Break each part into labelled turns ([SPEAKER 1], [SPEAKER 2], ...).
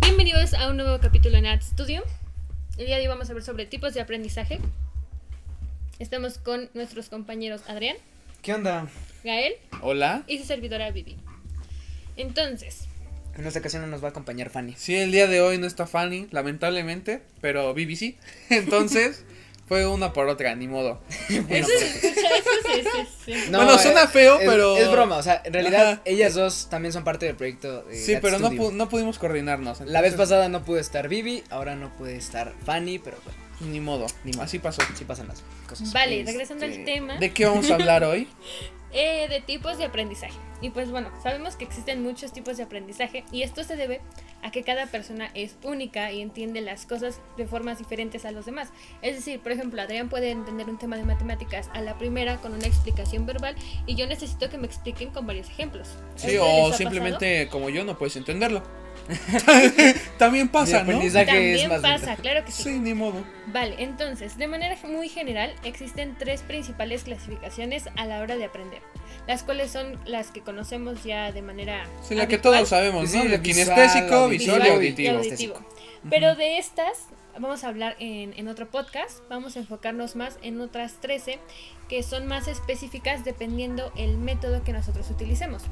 [SPEAKER 1] bienvenidos a un nuevo capítulo en Ad Studio. El día de hoy vamos a ver sobre tipos de aprendizaje. Estamos con nuestros compañeros Adrián,
[SPEAKER 2] ¿Qué onda?
[SPEAKER 1] Gael
[SPEAKER 3] Hola.
[SPEAKER 1] y su servidora Vivi. Entonces,
[SPEAKER 2] En esta ocasión no nos va a acompañar Fanny.
[SPEAKER 3] Sí, el día de hoy no está Fanny, lamentablemente, pero Vivi sí. Entonces, fue una por otra, ni modo.
[SPEAKER 2] Bueno,
[SPEAKER 1] eso es, eso sí, sí, sí.
[SPEAKER 3] Bueno, suena feo,
[SPEAKER 2] eh, es-
[SPEAKER 3] pero-
[SPEAKER 2] Es broma, o sea, en realidad
[SPEAKER 3] Ajá.
[SPEAKER 2] ellas dos también son parte del proyecto. de
[SPEAKER 3] Sí,
[SPEAKER 2] Gat
[SPEAKER 3] pero no,
[SPEAKER 2] Studio.
[SPEAKER 3] pu- no pudimos coordinarnos.
[SPEAKER 2] pues, La vez
[SPEAKER 3] entonces,
[SPEAKER 2] pasada no pudo estar Vivi, ahora no puede estar Fanny, pero bueno,
[SPEAKER 3] Ni modo,
[SPEAKER 2] Ni modo.
[SPEAKER 3] así pasó.
[SPEAKER 2] sí pasan las cosas.
[SPEAKER 1] Vale,
[SPEAKER 2] Este,
[SPEAKER 1] regresando al tema
[SPEAKER 3] ¿De qué vamos a hablar hoy?
[SPEAKER 1] eh, de tipos de aprendizaje. Y pues bueno, sabemos que existen muchos tipos de aprendizaje y esto se debe a que cada persona es única y entiende las cosas de formas diferentes a los demás. Es decir, por ejemplo, Adrián puede entender un tema de matemáticas a la primera con una explicación verbal y yo necesito que me expliquen con varios ejemplos. ¿Eso
[SPEAKER 3] Sí,
[SPEAKER 1] les ha
[SPEAKER 3] o
[SPEAKER 1] pasado?
[SPEAKER 3] simplemente como yo no puedes entenderlo. También pasa,
[SPEAKER 2] Mi
[SPEAKER 3] ¿no?
[SPEAKER 2] aprendizaje- es
[SPEAKER 1] También
[SPEAKER 2] más
[SPEAKER 1] pasa,
[SPEAKER 2] ventaja.
[SPEAKER 1] claro que sí.
[SPEAKER 3] Sí, ni modo.
[SPEAKER 1] Vale, entonces, de manera muy general, existen tres principales clasificaciones a la hora de aprender, las cuales son las que conocemos ya de manera
[SPEAKER 3] Sí, la que
[SPEAKER 1] habitual,
[SPEAKER 3] todos sabemos,
[SPEAKER 2] Sí,
[SPEAKER 3] ¿no?
[SPEAKER 2] de
[SPEAKER 3] De
[SPEAKER 2] visual,
[SPEAKER 3] kinestésico,
[SPEAKER 2] auditivo Este
[SPEAKER 3] visual y
[SPEAKER 1] y
[SPEAKER 3] auditivo.
[SPEAKER 1] auditivo. Pero de estas vamos a hablar en, en otro podcast, vamos a enfocarnos más en otras 13 que son más específicas dependiendo el método que nosotros utilicemos.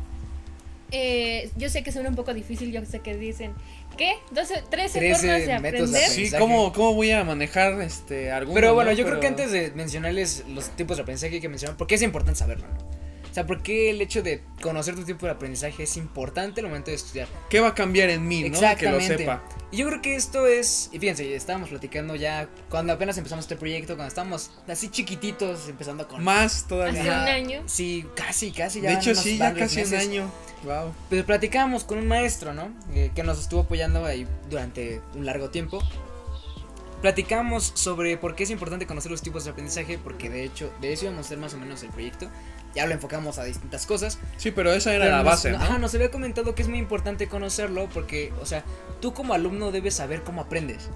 [SPEAKER 1] Eh, yo sé que suena un poco difícil, yo sé que dicen, ¿qué? 12, 13,
[SPEAKER 2] 13
[SPEAKER 1] formas de
[SPEAKER 2] métodos
[SPEAKER 1] aprender.
[SPEAKER 2] de
[SPEAKER 3] Sí,
[SPEAKER 2] Aprendizaje.
[SPEAKER 3] ¿cómo, ¿cómo voy a manejar este alguno?
[SPEAKER 2] Pero bueno,
[SPEAKER 3] no?
[SPEAKER 2] yo creo
[SPEAKER 3] Pero-
[SPEAKER 2] que antes de mencionarles los tipos de aprendizaje que hay que mencionar, porque es importante saberlo, ¿no? O sea, ¿por qué el hecho de conocer tu tipo de aprendizaje es importante al momento de estudiar?
[SPEAKER 3] ¿Qué va a cambiar en mí, no? Que lo sepa.
[SPEAKER 2] Y yo creo que esto es. Y fíjense, estábamos platicando ya cuando apenas empezamos este proyecto, cuando estábamos así chiquititos, empezando con.
[SPEAKER 3] Más
[SPEAKER 1] Hace
[SPEAKER 3] todavía.
[SPEAKER 1] un
[SPEAKER 2] Ajá.
[SPEAKER 1] año.
[SPEAKER 2] Sí, casi, casi ya.
[SPEAKER 3] de hecho,
[SPEAKER 2] unos
[SPEAKER 3] sí, ya
[SPEAKER 2] varios
[SPEAKER 3] casi un
[SPEAKER 2] meses.
[SPEAKER 3] año. Wow.
[SPEAKER 2] Pero platicábamos con un maestro, ¿no? Eh, que nos estuvo apoyando ahí durante un largo tiempo. Platicamos sobre por qué es importante conocer los tipos de aprendizaje, porque de hecho, de eso íbamos a hacer más o menos el proyecto. Ya lo enfocamos a distintas cosas.
[SPEAKER 3] Sí, pero esa era
[SPEAKER 2] Pero
[SPEAKER 3] la
[SPEAKER 2] nos-
[SPEAKER 3] base, ¿no?
[SPEAKER 2] Ajá, nos había comentado que es muy importante conocerlo porque, o sea, tú como alumno debes saber cómo aprendes.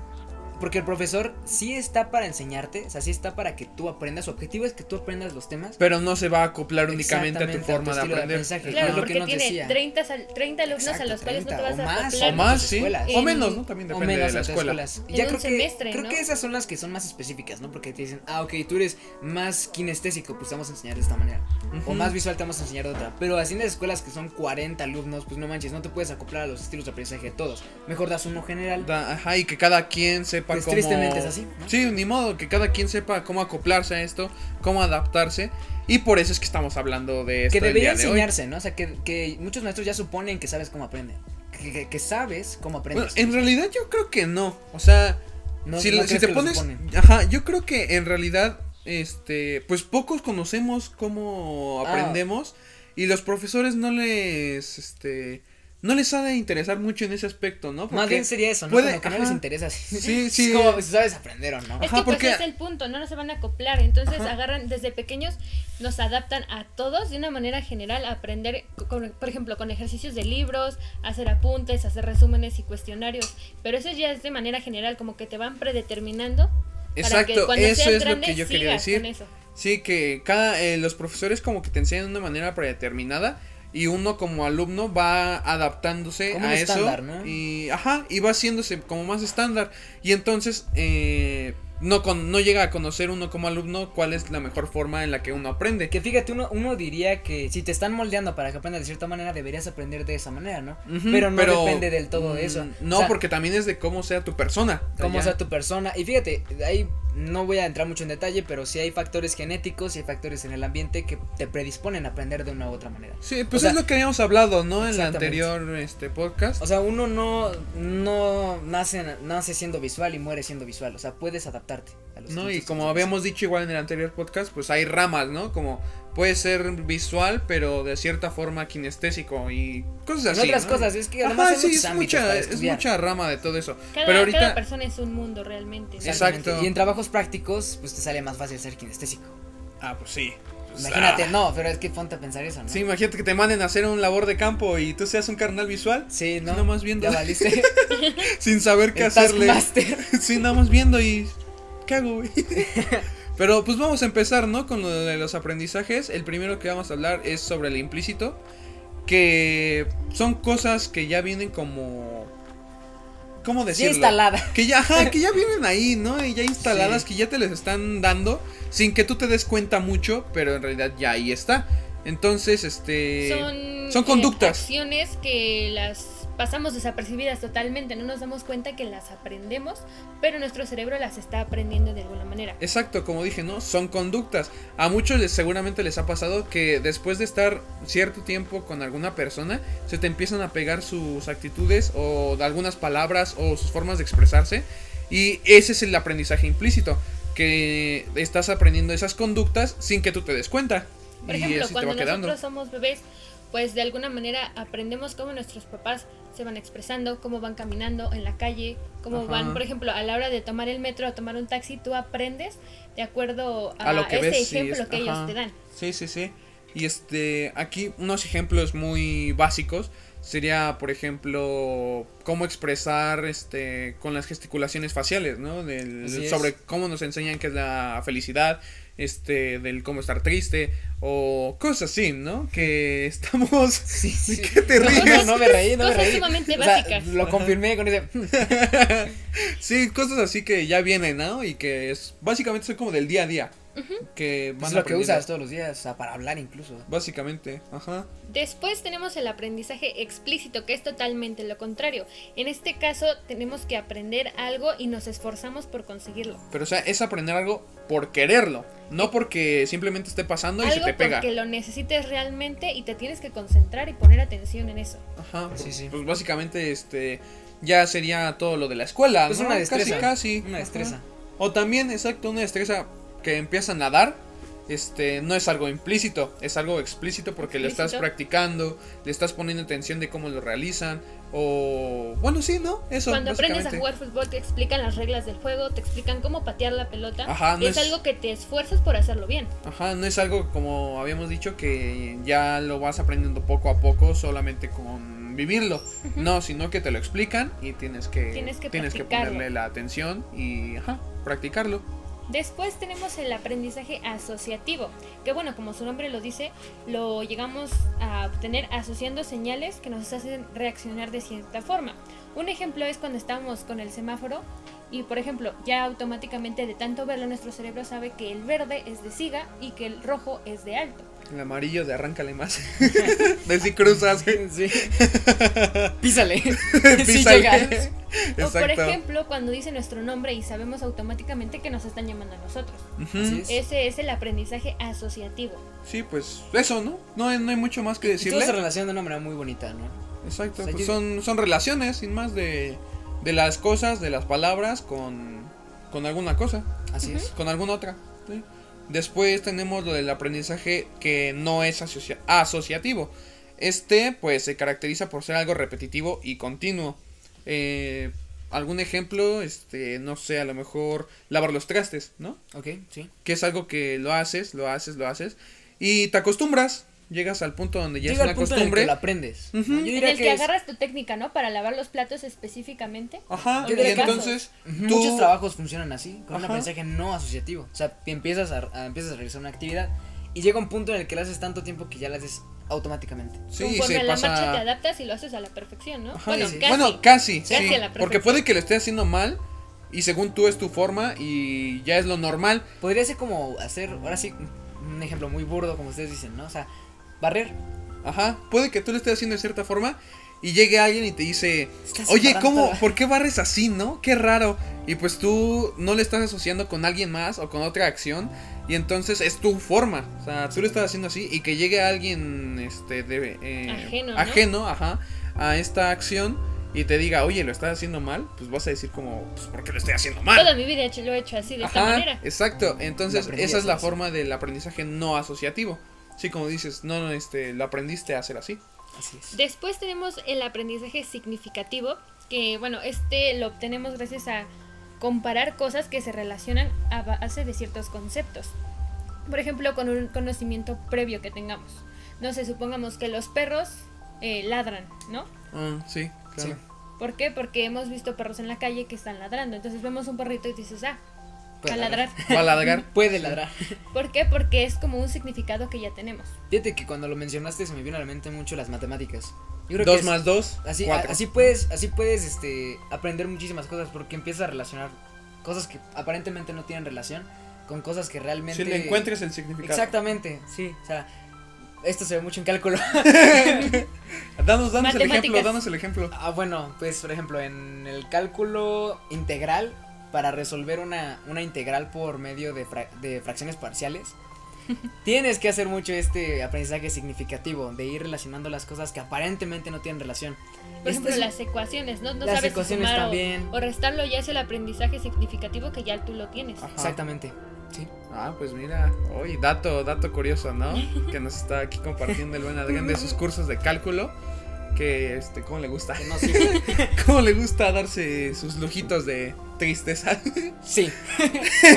[SPEAKER 2] Porque el profesor sí está para enseñarte, o sea, sí está para que tú aprendas. Su objetivo es que tú aprendas los temas.
[SPEAKER 3] Pero no se va a acoplar únicamente a tu
[SPEAKER 2] Exactamente, a tu
[SPEAKER 3] forma de
[SPEAKER 2] estilo de
[SPEAKER 3] aprender.
[SPEAKER 2] aprendizaje.
[SPEAKER 3] Es
[SPEAKER 1] Claro,
[SPEAKER 2] lo
[SPEAKER 3] lo
[SPEAKER 1] porque
[SPEAKER 2] que nos
[SPEAKER 1] tiene
[SPEAKER 2] decía.
[SPEAKER 1] 30, sal- 30 alumnos
[SPEAKER 2] Exacto,
[SPEAKER 1] a los cuales no te
[SPEAKER 2] 30
[SPEAKER 1] vas
[SPEAKER 2] o
[SPEAKER 1] a
[SPEAKER 2] más,
[SPEAKER 3] que- O
[SPEAKER 1] acoplar.
[SPEAKER 3] más,
[SPEAKER 2] en
[SPEAKER 3] sí.
[SPEAKER 2] tus
[SPEAKER 3] O
[SPEAKER 1] escuelas.
[SPEAKER 3] menos, ¿no? También
[SPEAKER 2] O
[SPEAKER 3] depende
[SPEAKER 2] menos
[SPEAKER 3] de la
[SPEAKER 2] en tu
[SPEAKER 3] escuela.
[SPEAKER 2] escuelas.
[SPEAKER 1] En
[SPEAKER 2] Ya
[SPEAKER 1] un
[SPEAKER 2] creo,
[SPEAKER 1] semestre,
[SPEAKER 2] que, creo
[SPEAKER 1] ¿no?
[SPEAKER 2] que esas son las que son más específicas, ¿no? Porque te dicen, ah, ok, tú eres más kinestésico, pues te vamos a enseñar de esta manera. O
[SPEAKER 3] Ujú.
[SPEAKER 2] más visual te vamos a enseñar de otra. Pero así en las escuelas que son 40 alumnos, pues no manches, no te puedes acoplar a los estilos de aprendizaje de todos. Mejor das uno general.
[SPEAKER 3] Da- Ajá, y que cada quien sepa
[SPEAKER 2] Pues
[SPEAKER 3] cómo.
[SPEAKER 2] tristemente es así, ¿no?
[SPEAKER 3] Sí, ni modo, que cada quien sepa cómo acoplarse a esto, cómo adaptarse. Y por eso es que estamos hablando de esto
[SPEAKER 2] que
[SPEAKER 3] el día
[SPEAKER 2] debería
[SPEAKER 3] de hoy.
[SPEAKER 2] enseñarse, ¿no? O sea, que, que muchos maestros ya suponen que sabes cómo aprenden. Que, que- que sabes cómo
[SPEAKER 3] Bueno,
[SPEAKER 2] aprendes.
[SPEAKER 3] en realidad yo creo que no. O sea,
[SPEAKER 2] No-
[SPEAKER 3] si,
[SPEAKER 2] no
[SPEAKER 3] la-
[SPEAKER 2] crees
[SPEAKER 3] si te
[SPEAKER 2] que lo
[SPEAKER 3] pones.
[SPEAKER 2] suponen.
[SPEAKER 3] Ajá, yo creo que en realidad, este, pues pocos conocemos cómo
[SPEAKER 2] Ah.
[SPEAKER 3] aprendemos y los profesores no les, este, no les ha de interesar mucho en ese aspecto, ¿no?
[SPEAKER 2] Más
[SPEAKER 3] Porque-
[SPEAKER 2] bien sería eso, ¿no?
[SPEAKER 3] puede-
[SPEAKER 2] Como que no les
[SPEAKER 3] ajá.
[SPEAKER 2] interesa.
[SPEAKER 3] Sí,
[SPEAKER 2] Es
[SPEAKER 3] sí.
[SPEAKER 2] como si sabes aprender o no.
[SPEAKER 1] Es
[SPEAKER 3] Ajá,
[SPEAKER 1] que pues
[SPEAKER 3] porque-
[SPEAKER 1] es el punto, no, no se van a acoplar. Entonces
[SPEAKER 3] Ajá.
[SPEAKER 1] agarran desde pequeños, nos adaptan a todos de una manera general a aprender, co- con- por ejemplo, con ejercicios de libros, hacer apuntes, hacer resúmenes y cuestionarios. Pero eso ya es de manera general, como que te van predeterminando. para que
[SPEAKER 3] Exacto,
[SPEAKER 1] cuando
[SPEAKER 3] eso
[SPEAKER 1] seas
[SPEAKER 3] es lo
[SPEAKER 1] grande
[SPEAKER 3] que yo quería
[SPEAKER 1] sigas con
[SPEAKER 3] decir.
[SPEAKER 1] eso.
[SPEAKER 3] Sí, que cada, eh, los profesores como que te enseñan de una manera predeterminada y uno como alumno va adaptándose
[SPEAKER 2] Como
[SPEAKER 3] a
[SPEAKER 2] un
[SPEAKER 3] eso
[SPEAKER 2] estándar, ¿no?
[SPEAKER 3] y ajá y va haciéndose como más estándar y entonces eh, no con, no llega a conocer uno como alumno cuál es la mejor forma en la que uno aprende
[SPEAKER 2] Que fíjate, uno, uno diría que si te están moldeando para que aprendas de cierta manera, deberías aprender de esa manera, ¿no?
[SPEAKER 3] Ujú,
[SPEAKER 2] pero no depende del todo de eso.
[SPEAKER 3] mm, no
[SPEAKER 2] O sea,
[SPEAKER 3] porque también es de cómo sea tu persona o sea,
[SPEAKER 2] Cómo
[SPEAKER 3] ya-
[SPEAKER 2] sea tu persona. Y fíjate, ahí no voy a entrar mucho en detalle, pero sí hay factores genéticos y hay factores en el ambiente que te predisponen a aprender de una u otra manera.
[SPEAKER 3] sí pues
[SPEAKER 2] o sea,
[SPEAKER 3] es lo que habíamos hablado no en el
[SPEAKER 2] Exactamente.
[SPEAKER 3] anterior este podcast
[SPEAKER 2] O sea, uno no, no nace, nace siendo visual y muere siendo visual. O sea, puedes adaptarte a los
[SPEAKER 3] No, y
[SPEAKER 2] distintos
[SPEAKER 3] como
[SPEAKER 2] tipos.
[SPEAKER 3] habíamos dicho igual en el anterior podcast, pues hay ramas, ¿no? Como puede ser visual, pero de cierta forma kinestésico y cosas
[SPEAKER 2] En
[SPEAKER 3] así.
[SPEAKER 2] otras
[SPEAKER 3] ¿no?
[SPEAKER 2] cosas, es que
[SPEAKER 3] Ajá,
[SPEAKER 2] además hay
[SPEAKER 3] sí,
[SPEAKER 2] muchos
[SPEAKER 3] es
[SPEAKER 2] ámbitos
[SPEAKER 3] mucha,
[SPEAKER 2] para
[SPEAKER 3] es
[SPEAKER 2] estudiar.
[SPEAKER 3] mucha rama de todo eso.
[SPEAKER 1] Cada,
[SPEAKER 3] pero
[SPEAKER 1] cada
[SPEAKER 3] ahorita,
[SPEAKER 1] persona es un mundo realmente.
[SPEAKER 3] Exacto.
[SPEAKER 2] Exactamente. Y en trabajos prácticos, pues te sale más fácil ser kinestésico.
[SPEAKER 3] ah, pues sí. Pues,
[SPEAKER 2] Imagínate,
[SPEAKER 3] ah.
[SPEAKER 2] no, pero es que ponte a pensar eso, ¿no?
[SPEAKER 3] Sí, imagínate que te manden a hacer un labor de campo y tú seas un carnal visual
[SPEAKER 2] Sí, ¿no?
[SPEAKER 3] Nada más viendo.
[SPEAKER 2] Ya valiste.
[SPEAKER 3] sin saber qué
[SPEAKER 2] El
[SPEAKER 3] hacerle.
[SPEAKER 2] Taskmaster.
[SPEAKER 3] sí, nada más viendo y ¿qué hago, güey? Pero pues vamos a empezar, ¿no? Con lo de los aprendizajes. El primero que vamos a hablar es sobre el implícito, que son cosas que ya vienen como ¿Cómo decirlo?
[SPEAKER 2] instalada.
[SPEAKER 3] Que ya, ajá, que ya vienen ahí, ¿no? Y ya instaladas, que ya te les están dando sin que tú te des cuenta mucho, pero en realidad ya ahí está. Entonces, este...
[SPEAKER 1] son,
[SPEAKER 3] son
[SPEAKER 1] eh,
[SPEAKER 3] conductas.
[SPEAKER 1] acciones que las pasamos desapercibidas totalmente, no nos damos cuenta que las aprendemos, pero nuestro cerebro las está aprendiendo de alguna manera.
[SPEAKER 3] Exacto, como dije, ¿no? Son conductas. A muchos les, seguramente les ha pasado que después de estar cierto tiempo con alguna persona, se te empiezan a pegar sus actitudes o de algunas palabras o sus formas de expresarse. Y ese es el aprendizaje implícito, que estás aprendiendo esas conductas sin que tú te des cuenta.
[SPEAKER 1] Por
[SPEAKER 3] y
[SPEAKER 1] ejemplo,
[SPEAKER 3] así te
[SPEAKER 1] cuando
[SPEAKER 3] va quedando.
[SPEAKER 1] nosotros somos bebés, pues de alguna manera aprendemos cómo nuestros papás se van expresando, cómo van caminando en la calle, cómo
[SPEAKER 3] Ajá.
[SPEAKER 1] van, por ejemplo, a la hora de tomar el metro o tomar un taxi, tú aprendes de acuerdo a,
[SPEAKER 3] a lo que
[SPEAKER 1] ese
[SPEAKER 3] ves. sí,
[SPEAKER 1] ejemplo
[SPEAKER 3] es-
[SPEAKER 1] que
[SPEAKER 3] ajá.
[SPEAKER 1] ellos te dan.
[SPEAKER 3] Sí, sí, sí. Y este, aquí unos ejemplos muy básicos sería, por ejemplo, cómo expresar este con las gesticulaciones faciales, ¿no? Del-
[SPEAKER 2] Así es.
[SPEAKER 3] sobre cómo nos enseñan que es la felicidad, este, del cómo estar triste o cosas así, ¿no? Que estamos
[SPEAKER 2] Sí, sí.
[SPEAKER 3] ¿Qué te
[SPEAKER 2] No,
[SPEAKER 3] ríes?
[SPEAKER 2] No, no me reí, no me
[SPEAKER 1] Cosas
[SPEAKER 2] reí.
[SPEAKER 1] sumamente
[SPEAKER 2] O sea,
[SPEAKER 1] básicas.
[SPEAKER 2] lo confirmé con ese. "Hm,
[SPEAKER 3] Sí, cosas así que ya vienen, ¿no? Y que es básicamente son como del día a día. Que van
[SPEAKER 2] Es lo que
[SPEAKER 3] aprendiendo.
[SPEAKER 2] usas todos los días, o sea, para hablar incluso.
[SPEAKER 3] Básicamente, ajá.
[SPEAKER 1] Después tenemos el aprendizaje explícito, que es totalmente lo contrario. En este caso, tenemos que aprender algo y nos esforzamos por conseguirlo.
[SPEAKER 3] Pero o sea, es aprender algo por quererlo, no porque simplemente esté pasando y se
[SPEAKER 1] algo
[SPEAKER 3] te pega.
[SPEAKER 1] porque lo necesites realmente y te tienes que concentrar y poner atención en eso.
[SPEAKER 3] Ajá.
[SPEAKER 2] Sí, sí.
[SPEAKER 3] Pues básicamente este ya sería todo lo de la escuela,
[SPEAKER 2] Pues
[SPEAKER 3] ¿no?
[SPEAKER 2] una destreza.
[SPEAKER 3] Casi, casi.
[SPEAKER 2] Una destreza.
[SPEAKER 3] Ajá. O también, exacto, una destreza que empiezan a dar. Este, no es algo implícito, es algo explícito porque le estás
[SPEAKER 1] Explícito.
[SPEAKER 3] practicando, le estás poniendo atención de cómo lo realizan o bueno, sí, ¿no? Eso
[SPEAKER 1] Cuando aprendes a
[SPEAKER 3] básicamente.
[SPEAKER 1] jugar fútbol te explican las reglas del juego, te explican cómo patear la pelota.
[SPEAKER 3] Ajá, no
[SPEAKER 1] es,
[SPEAKER 3] es-
[SPEAKER 1] algo que te esfuerzas por hacerlo bien.
[SPEAKER 3] Ajá, no es algo como habíamos dicho que ya lo vas aprendiendo poco a poco solamente con vivirlo. No, sino que te lo explican y tienes que
[SPEAKER 1] Tienes que practicarlo.
[SPEAKER 3] ponerle la atención y ajá, practicarlo.
[SPEAKER 1] Después tenemos el aprendizaje asociativo, que bueno, como su nombre lo dice, lo llegamos a obtener asociando señales que nos hacen reaccionar de cierta forma. Un ejemplo es cuando estamos con el semáforo y por ejemplo, ya automáticamente de tanto verlo nuestro cerebro sabe que el verde es de siga y que el rojo es de alto.
[SPEAKER 3] El amarillo de arráncale más. de si cruzas. eh,
[SPEAKER 2] Sí. Písale. sí
[SPEAKER 3] písale.
[SPEAKER 2] llegas.
[SPEAKER 3] Exacto.
[SPEAKER 1] O por ejemplo, cuando dice nuestro nombre y sabemos automáticamente que nos están llamando a nosotros.
[SPEAKER 3] Ujú.
[SPEAKER 2] Así es.
[SPEAKER 1] Ese es el aprendizaje asociativo.
[SPEAKER 3] Sí, pues eso, ¿no? No, hay- no hay mucho más que
[SPEAKER 2] Y todo
[SPEAKER 3] decirle.
[SPEAKER 2] se relaciona de una manera muy bonita, ¿no?
[SPEAKER 3] Exacto.
[SPEAKER 2] O sea,
[SPEAKER 3] pues
[SPEAKER 2] yo-
[SPEAKER 3] son, son relaciones, sin más, de, de las cosas, de las palabras con, con alguna cosa.
[SPEAKER 2] Así es.
[SPEAKER 3] con alguna otra. ¿sí? Después tenemos lo del aprendizaje que no es asocia- asociativo. Este pues se caracteriza por ser algo repetitivo y continuo. Eh, algún ejemplo, este, no sé, a lo mejor lavar los trastes, ¿no?
[SPEAKER 2] Ok, sí.
[SPEAKER 3] Que es algo que lo haces, lo haces, lo haces y te acostumbras, llegas al punto donde ya
[SPEAKER 2] Llega
[SPEAKER 3] es
[SPEAKER 2] el
[SPEAKER 3] una
[SPEAKER 2] punto en el
[SPEAKER 3] costumbre.
[SPEAKER 2] que lo aprendes.
[SPEAKER 3] Ujú.
[SPEAKER 2] Yo diría
[SPEAKER 1] en el que,
[SPEAKER 2] es-
[SPEAKER 1] agarras tu técnica, ¿no? Para lavar los platos específicamente.
[SPEAKER 3] Ajá,
[SPEAKER 2] Yo
[SPEAKER 3] y
[SPEAKER 2] diría que-
[SPEAKER 3] entonces
[SPEAKER 2] Ujú,
[SPEAKER 3] tú-
[SPEAKER 2] Muchos trabajos funcionan así, con un
[SPEAKER 3] Ajá.
[SPEAKER 2] aprendizaje no asociativo. O sea, empiezas a, a- empiezas a realizar una actividad y llega un punto en el que la haces tanto tiempo que ya la haces automáticamente.
[SPEAKER 3] sí,
[SPEAKER 1] Conforme
[SPEAKER 3] se
[SPEAKER 1] a la
[SPEAKER 3] pasa
[SPEAKER 1] marcha te adaptas y lo haces a la perfección, ¿no?
[SPEAKER 3] Ajá,
[SPEAKER 1] bueno,
[SPEAKER 2] sí.
[SPEAKER 1] casi.
[SPEAKER 3] Bueno, casi,
[SPEAKER 1] Casi
[SPEAKER 3] sí,
[SPEAKER 1] a la perfección.
[SPEAKER 3] porque puede que lo esté haciendo mal y según tú es tu forma y ya es lo normal.
[SPEAKER 2] Podría ser como hacer, ahora sí, un ejemplo muy burdo, como ustedes dicen, ¿no? O sea, barrer.
[SPEAKER 3] Ajá, puede que tú lo estés haciendo de cierta forma y llegue alguien y te dice,
[SPEAKER 2] Estás
[SPEAKER 3] oye,
[SPEAKER 2] barrando
[SPEAKER 3] ¿cómo?
[SPEAKER 2] la-
[SPEAKER 3] ¿Por qué barres así, no? Qué raro. Y pues tú no le estás asociando con alguien más o con otra acción y entonces es tu forma. O sea, tú lo estás haciendo así y que llegue alguien, este, de, eh,
[SPEAKER 1] Ajeno, ¿no?
[SPEAKER 3] ajeno, ajá, a esta acción y te diga, oye, lo estás haciendo mal, pues vas a decir como, pues, ¿por qué lo estoy haciendo mal?
[SPEAKER 1] Toda mi vida he hecho- lo he hecho así, de esta
[SPEAKER 3] Ajá,
[SPEAKER 1] manera.
[SPEAKER 3] Exacto. Entonces,
[SPEAKER 2] Lo aprendí
[SPEAKER 3] esa
[SPEAKER 2] a
[SPEAKER 3] es Mm, la
[SPEAKER 2] hacer así.
[SPEAKER 3] forma del aprendizaje no asociativo. Sí, como dices, no, no, este, lo aprendiste a hacer así.
[SPEAKER 2] Así es.
[SPEAKER 1] Después tenemos el aprendizaje significativo, que bueno, este lo obtenemos gracias a comparar cosas que se relacionan a base de ciertos conceptos. Por ejemplo, con un conocimiento previo que tengamos. No sé, supongamos que los perros eh, ladran, ¿no?
[SPEAKER 3] Ah, sí, claro.
[SPEAKER 1] ¿Por qué? Porque hemos visto perros en la calle que están ladrando. Entonces vemos un perrito y dices, ah,
[SPEAKER 2] Puede
[SPEAKER 1] a ladrar.
[SPEAKER 3] Va a ladrar.
[SPEAKER 2] Puede ladrar.
[SPEAKER 1] ¿Por qué? Porque es como un significado que ya tenemos.
[SPEAKER 2] Fíjate que cuando lo mencionaste se me vino a la mente mucho las matemáticas. Yo creo que
[SPEAKER 3] Dos
[SPEAKER 2] es-
[SPEAKER 3] más dos,
[SPEAKER 2] Así,
[SPEAKER 3] cuatro.
[SPEAKER 2] así puedes, así puedes este, aprender muchísimas cosas porque empiezas a relacionar cosas que aparentemente no tienen relación con cosas que realmente...
[SPEAKER 3] Si le encuentres el significado.
[SPEAKER 2] Exactamente, sí. O sea, esto se ve mucho en cálculo.
[SPEAKER 3] Danos, danos el ejemplo,
[SPEAKER 1] Matemáticas.
[SPEAKER 3] danos el ejemplo.
[SPEAKER 2] Ah, bueno, pues por ejemplo, en el cálculo integral, para resolver una, una integral por medio de, fra- de fracciones parciales, tienes que hacer mucho este aprendizaje significativo de ir relacionando las cosas que aparentemente no tienen relación.
[SPEAKER 1] Por ejemplo,
[SPEAKER 2] Este es-
[SPEAKER 1] las ecuaciones, ¿no? No
[SPEAKER 2] las
[SPEAKER 1] sabes si
[SPEAKER 2] ecuaciones
[SPEAKER 1] sumar o-
[SPEAKER 2] también.
[SPEAKER 1] O, restarlo ya es el aprendizaje significativo que ya tú lo tienes.
[SPEAKER 3] Ajá.
[SPEAKER 2] Exactamente. Sí.
[SPEAKER 3] Ah, pues mira, hoy dato, dato curioso, ¿no? Que nos está aquí compartiendo el buen Adrián de sus cursos de cálculo. Que, este, ¿cómo le gusta?
[SPEAKER 2] Que no sirve.
[SPEAKER 3] ¿Cómo le gusta darse sus lujitos de tristeza?
[SPEAKER 2] sí.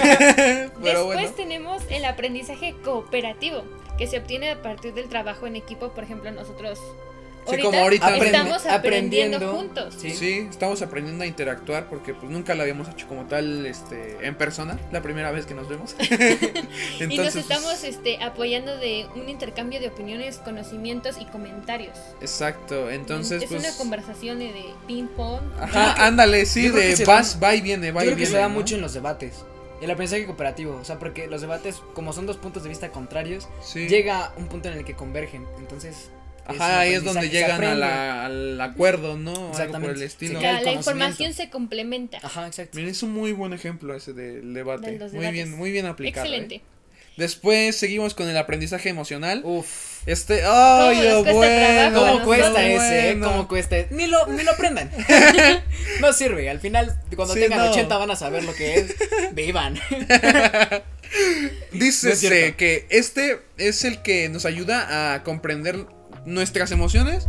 [SPEAKER 3] Pero
[SPEAKER 1] Después
[SPEAKER 3] bueno.
[SPEAKER 1] tenemos el aprendizaje cooperativo, que se obtiene a partir del trabajo en equipo, por ejemplo, nosotros
[SPEAKER 3] Sí, como ahorita.
[SPEAKER 1] estamos
[SPEAKER 2] Aprende-
[SPEAKER 1] aprendiendo,
[SPEAKER 2] aprendiendo.
[SPEAKER 1] juntos.
[SPEAKER 2] Sí.
[SPEAKER 3] Sí, estamos aprendiendo a interactuar porque pues nunca lo habíamos hecho como tal este en persona, la primera vez que nos vemos. Entonces,
[SPEAKER 1] y nos estamos
[SPEAKER 3] pues,
[SPEAKER 1] este, apoyando de un intercambio de opiniones, conocimientos y comentarios.
[SPEAKER 3] Exacto, entonces
[SPEAKER 1] es
[SPEAKER 3] pues
[SPEAKER 1] una conversación de de ping pong.
[SPEAKER 3] Ajá, ándale, sí,
[SPEAKER 2] Yo creo que
[SPEAKER 3] de
[SPEAKER 2] se
[SPEAKER 3] vas, va y viene, va
[SPEAKER 2] Yo
[SPEAKER 3] y
[SPEAKER 2] creo
[SPEAKER 3] viene.
[SPEAKER 2] que se da
[SPEAKER 3] ¿no?
[SPEAKER 2] mucho en los debates. El aprendizaje cooperativo, o sea, porque los debates, como son dos puntos de vista contrarios,
[SPEAKER 3] Sí.
[SPEAKER 2] llega un punto en el que convergen. Entonces,
[SPEAKER 3] Ajá, ahí es donde
[SPEAKER 2] aprendizaje, se
[SPEAKER 3] llegan a
[SPEAKER 2] aprende.
[SPEAKER 3] la- al acuerdo, ¿no? O Algo por
[SPEAKER 2] Exactamente.
[SPEAKER 3] el estilo.
[SPEAKER 2] Se
[SPEAKER 1] La-
[SPEAKER 2] cae.
[SPEAKER 1] la,
[SPEAKER 2] el
[SPEAKER 1] información se complementa.
[SPEAKER 2] Ajá, exacto.
[SPEAKER 3] Mira, es un muy buen ejemplo ese del debate.
[SPEAKER 1] De los
[SPEAKER 3] muy
[SPEAKER 1] debates.
[SPEAKER 3] bien, muy bien aplicado. ¿eh?
[SPEAKER 1] Excelente.
[SPEAKER 3] Después seguimos con el aprendizaje emocional.
[SPEAKER 2] Uf.
[SPEAKER 3] Este, ay,
[SPEAKER 1] nos
[SPEAKER 3] oh,
[SPEAKER 1] cuesta
[SPEAKER 3] bueno,
[SPEAKER 1] trabajo a
[SPEAKER 2] ¿Cómo
[SPEAKER 1] no,
[SPEAKER 2] cuesta
[SPEAKER 1] no,
[SPEAKER 2] ese? eh?
[SPEAKER 3] bueno.
[SPEAKER 2] ¿Cómo cuesta ese? Ni lo, ni lo aprendan. no sirve. Al final, cuando
[SPEAKER 3] Sí,
[SPEAKER 2] tengan
[SPEAKER 3] no.
[SPEAKER 2] 80 van a saber lo que es. Vivan.
[SPEAKER 3] Dice
[SPEAKER 2] No es cierto.
[SPEAKER 3] que este es el que nos ayuda a comprender nuestras emociones,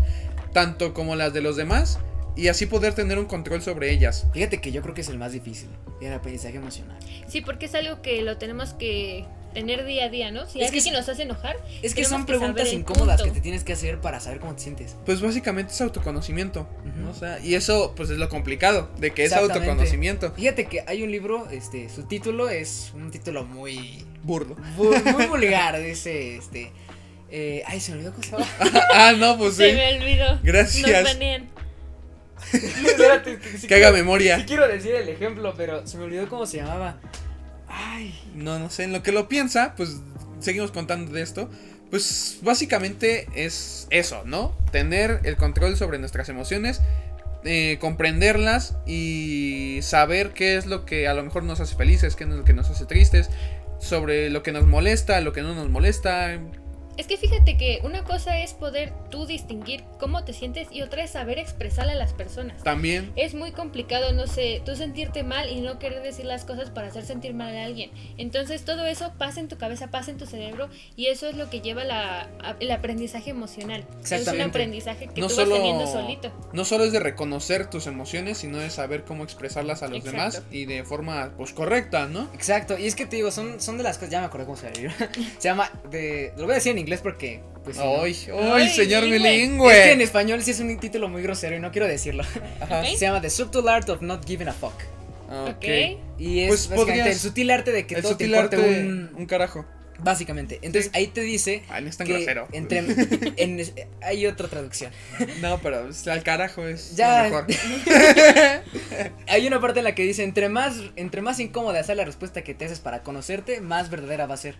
[SPEAKER 3] tanto como las de los demás, y así poder tener un control sobre ellas.
[SPEAKER 2] Fíjate que yo creo que es el más difícil. El aprendizaje emocional.
[SPEAKER 1] Sí, porque es algo que lo tenemos que tener día a día, ¿no? Si
[SPEAKER 2] Es
[SPEAKER 1] es
[SPEAKER 2] que
[SPEAKER 1] que
[SPEAKER 2] es-
[SPEAKER 1] nos hace enojar,
[SPEAKER 2] Es
[SPEAKER 1] Tenemos
[SPEAKER 2] que son
[SPEAKER 1] que saber
[SPEAKER 2] preguntas
[SPEAKER 1] el
[SPEAKER 2] incómodas que
[SPEAKER 1] punto.
[SPEAKER 2] te tienes que hacer para saber cómo te sientes.
[SPEAKER 3] Pues básicamente es autoconocimiento,
[SPEAKER 2] Ujú.
[SPEAKER 3] ¿no? O sea, y eso pues es lo complicado, de que es
[SPEAKER 2] Exactamente.
[SPEAKER 3] autoconocimiento.
[SPEAKER 2] Fíjate que hay un libro, este, su título es un título muy
[SPEAKER 3] Burdo.
[SPEAKER 2] bu- muy vulgar, dice este eh, ay, se me olvidó cómo se llama.
[SPEAKER 3] ah, no, pues
[SPEAKER 1] se
[SPEAKER 3] sí.
[SPEAKER 1] me olvidó.
[SPEAKER 3] Gracias.
[SPEAKER 1] Nos banean.
[SPEAKER 2] Espérate, que- si
[SPEAKER 3] Que haga
[SPEAKER 2] quiero-
[SPEAKER 3] memoria.
[SPEAKER 2] sí quiero decir el ejemplo, pero se me olvidó cómo se llamaba. Ay,
[SPEAKER 3] no, no sé, en lo que lo piensa, pues seguimos contando de esto. Pues básicamente es eso, ¿no? Tener el control sobre nuestras emociones, eh, comprenderlas y saber qué es lo que a lo mejor nos hace felices, qué es lo que nos hace tristes, sobre lo que nos molesta, lo que no nos molesta.
[SPEAKER 1] Es que fíjate que una cosa es poder tú distinguir cómo te sientes y otra es saber expresarle a las personas.
[SPEAKER 3] También,
[SPEAKER 1] Es muy complicado, no sé, tú sentirte mal y no querer decir las cosas para hacer sentir mal a alguien. Entonces todo eso pasa en tu cabeza, pasa en tu cerebro y eso es lo que lleva la, a- el aprendizaje emocional. Es un
[SPEAKER 2] Exactamente.
[SPEAKER 1] aprendizaje que
[SPEAKER 3] no
[SPEAKER 1] tú
[SPEAKER 3] solo,
[SPEAKER 1] vas teniendo solito.
[SPEAKER 3] no solo es de reconocer tus emociones, sino de saber cómo expresarlas a los
[SPEAKER 1] Exacto.
[SPEAKER 3] demás y de forma pues correcta, ¿no?
[SPEAKER 2] exacto, y es que te digo, son, son de las cosas, ya me acuerdo cómo se llama. el libro. Se llama de lo voy a decir en inglés porque pues si no-
[SPEAKER 3] ¡Ay, ay,
[SPEAKER 1] Ay,
[SPEAKER 3] señor
[SPEAKER 1] bilingüe.
[SPEAKER 3] bilingüe!
[SPEAKER 2] Es que en español sí es un título muy grosero y no quiero decirlo.
[SPEAKER 3] Ajá.
[SPEAKER 1] ¿Ok?
[SPEAKER 2] Se llama The Subtle Art of Not Giving a Fuck.
[SPEAKER 1] Ok.
[SPEAKER 3] Ok.
[SPEAKER 2] Y es
[SPEAKER 3] Pues
[SPEAKER 2] básicamente
[SPEAKER 3] podrías-
[SPEAKER 2] el sutil arte de que
[SPEAKER 3] el
[SPEAKER 2] todo te
[SPEAKER 3] sutil
[SPEAKER 2] importe
[SPEAKER 3] arte,
[SPEAKER 2] un,
[SPEAKER 3] un... carajo.
[SPEAKER 2] Básicamente. Entonces ahí te dice
[SPEAKER 3] Ah, no es tan
[SPEAKER 2] que
[SPEAKER 3] grosero.
[SPEAKER 2] entre en- hay otra traducción.
[SPEAKER 3] No, pero es- al carajo es
[SPEAKER 2] Ya.
[SPEAKER 3] lo mejor.
[SPEAKER 2] Hay una parte en la que dice entre más entre más incómoda sea la respuesta que te haces para conocerte, más verdadera va a ser.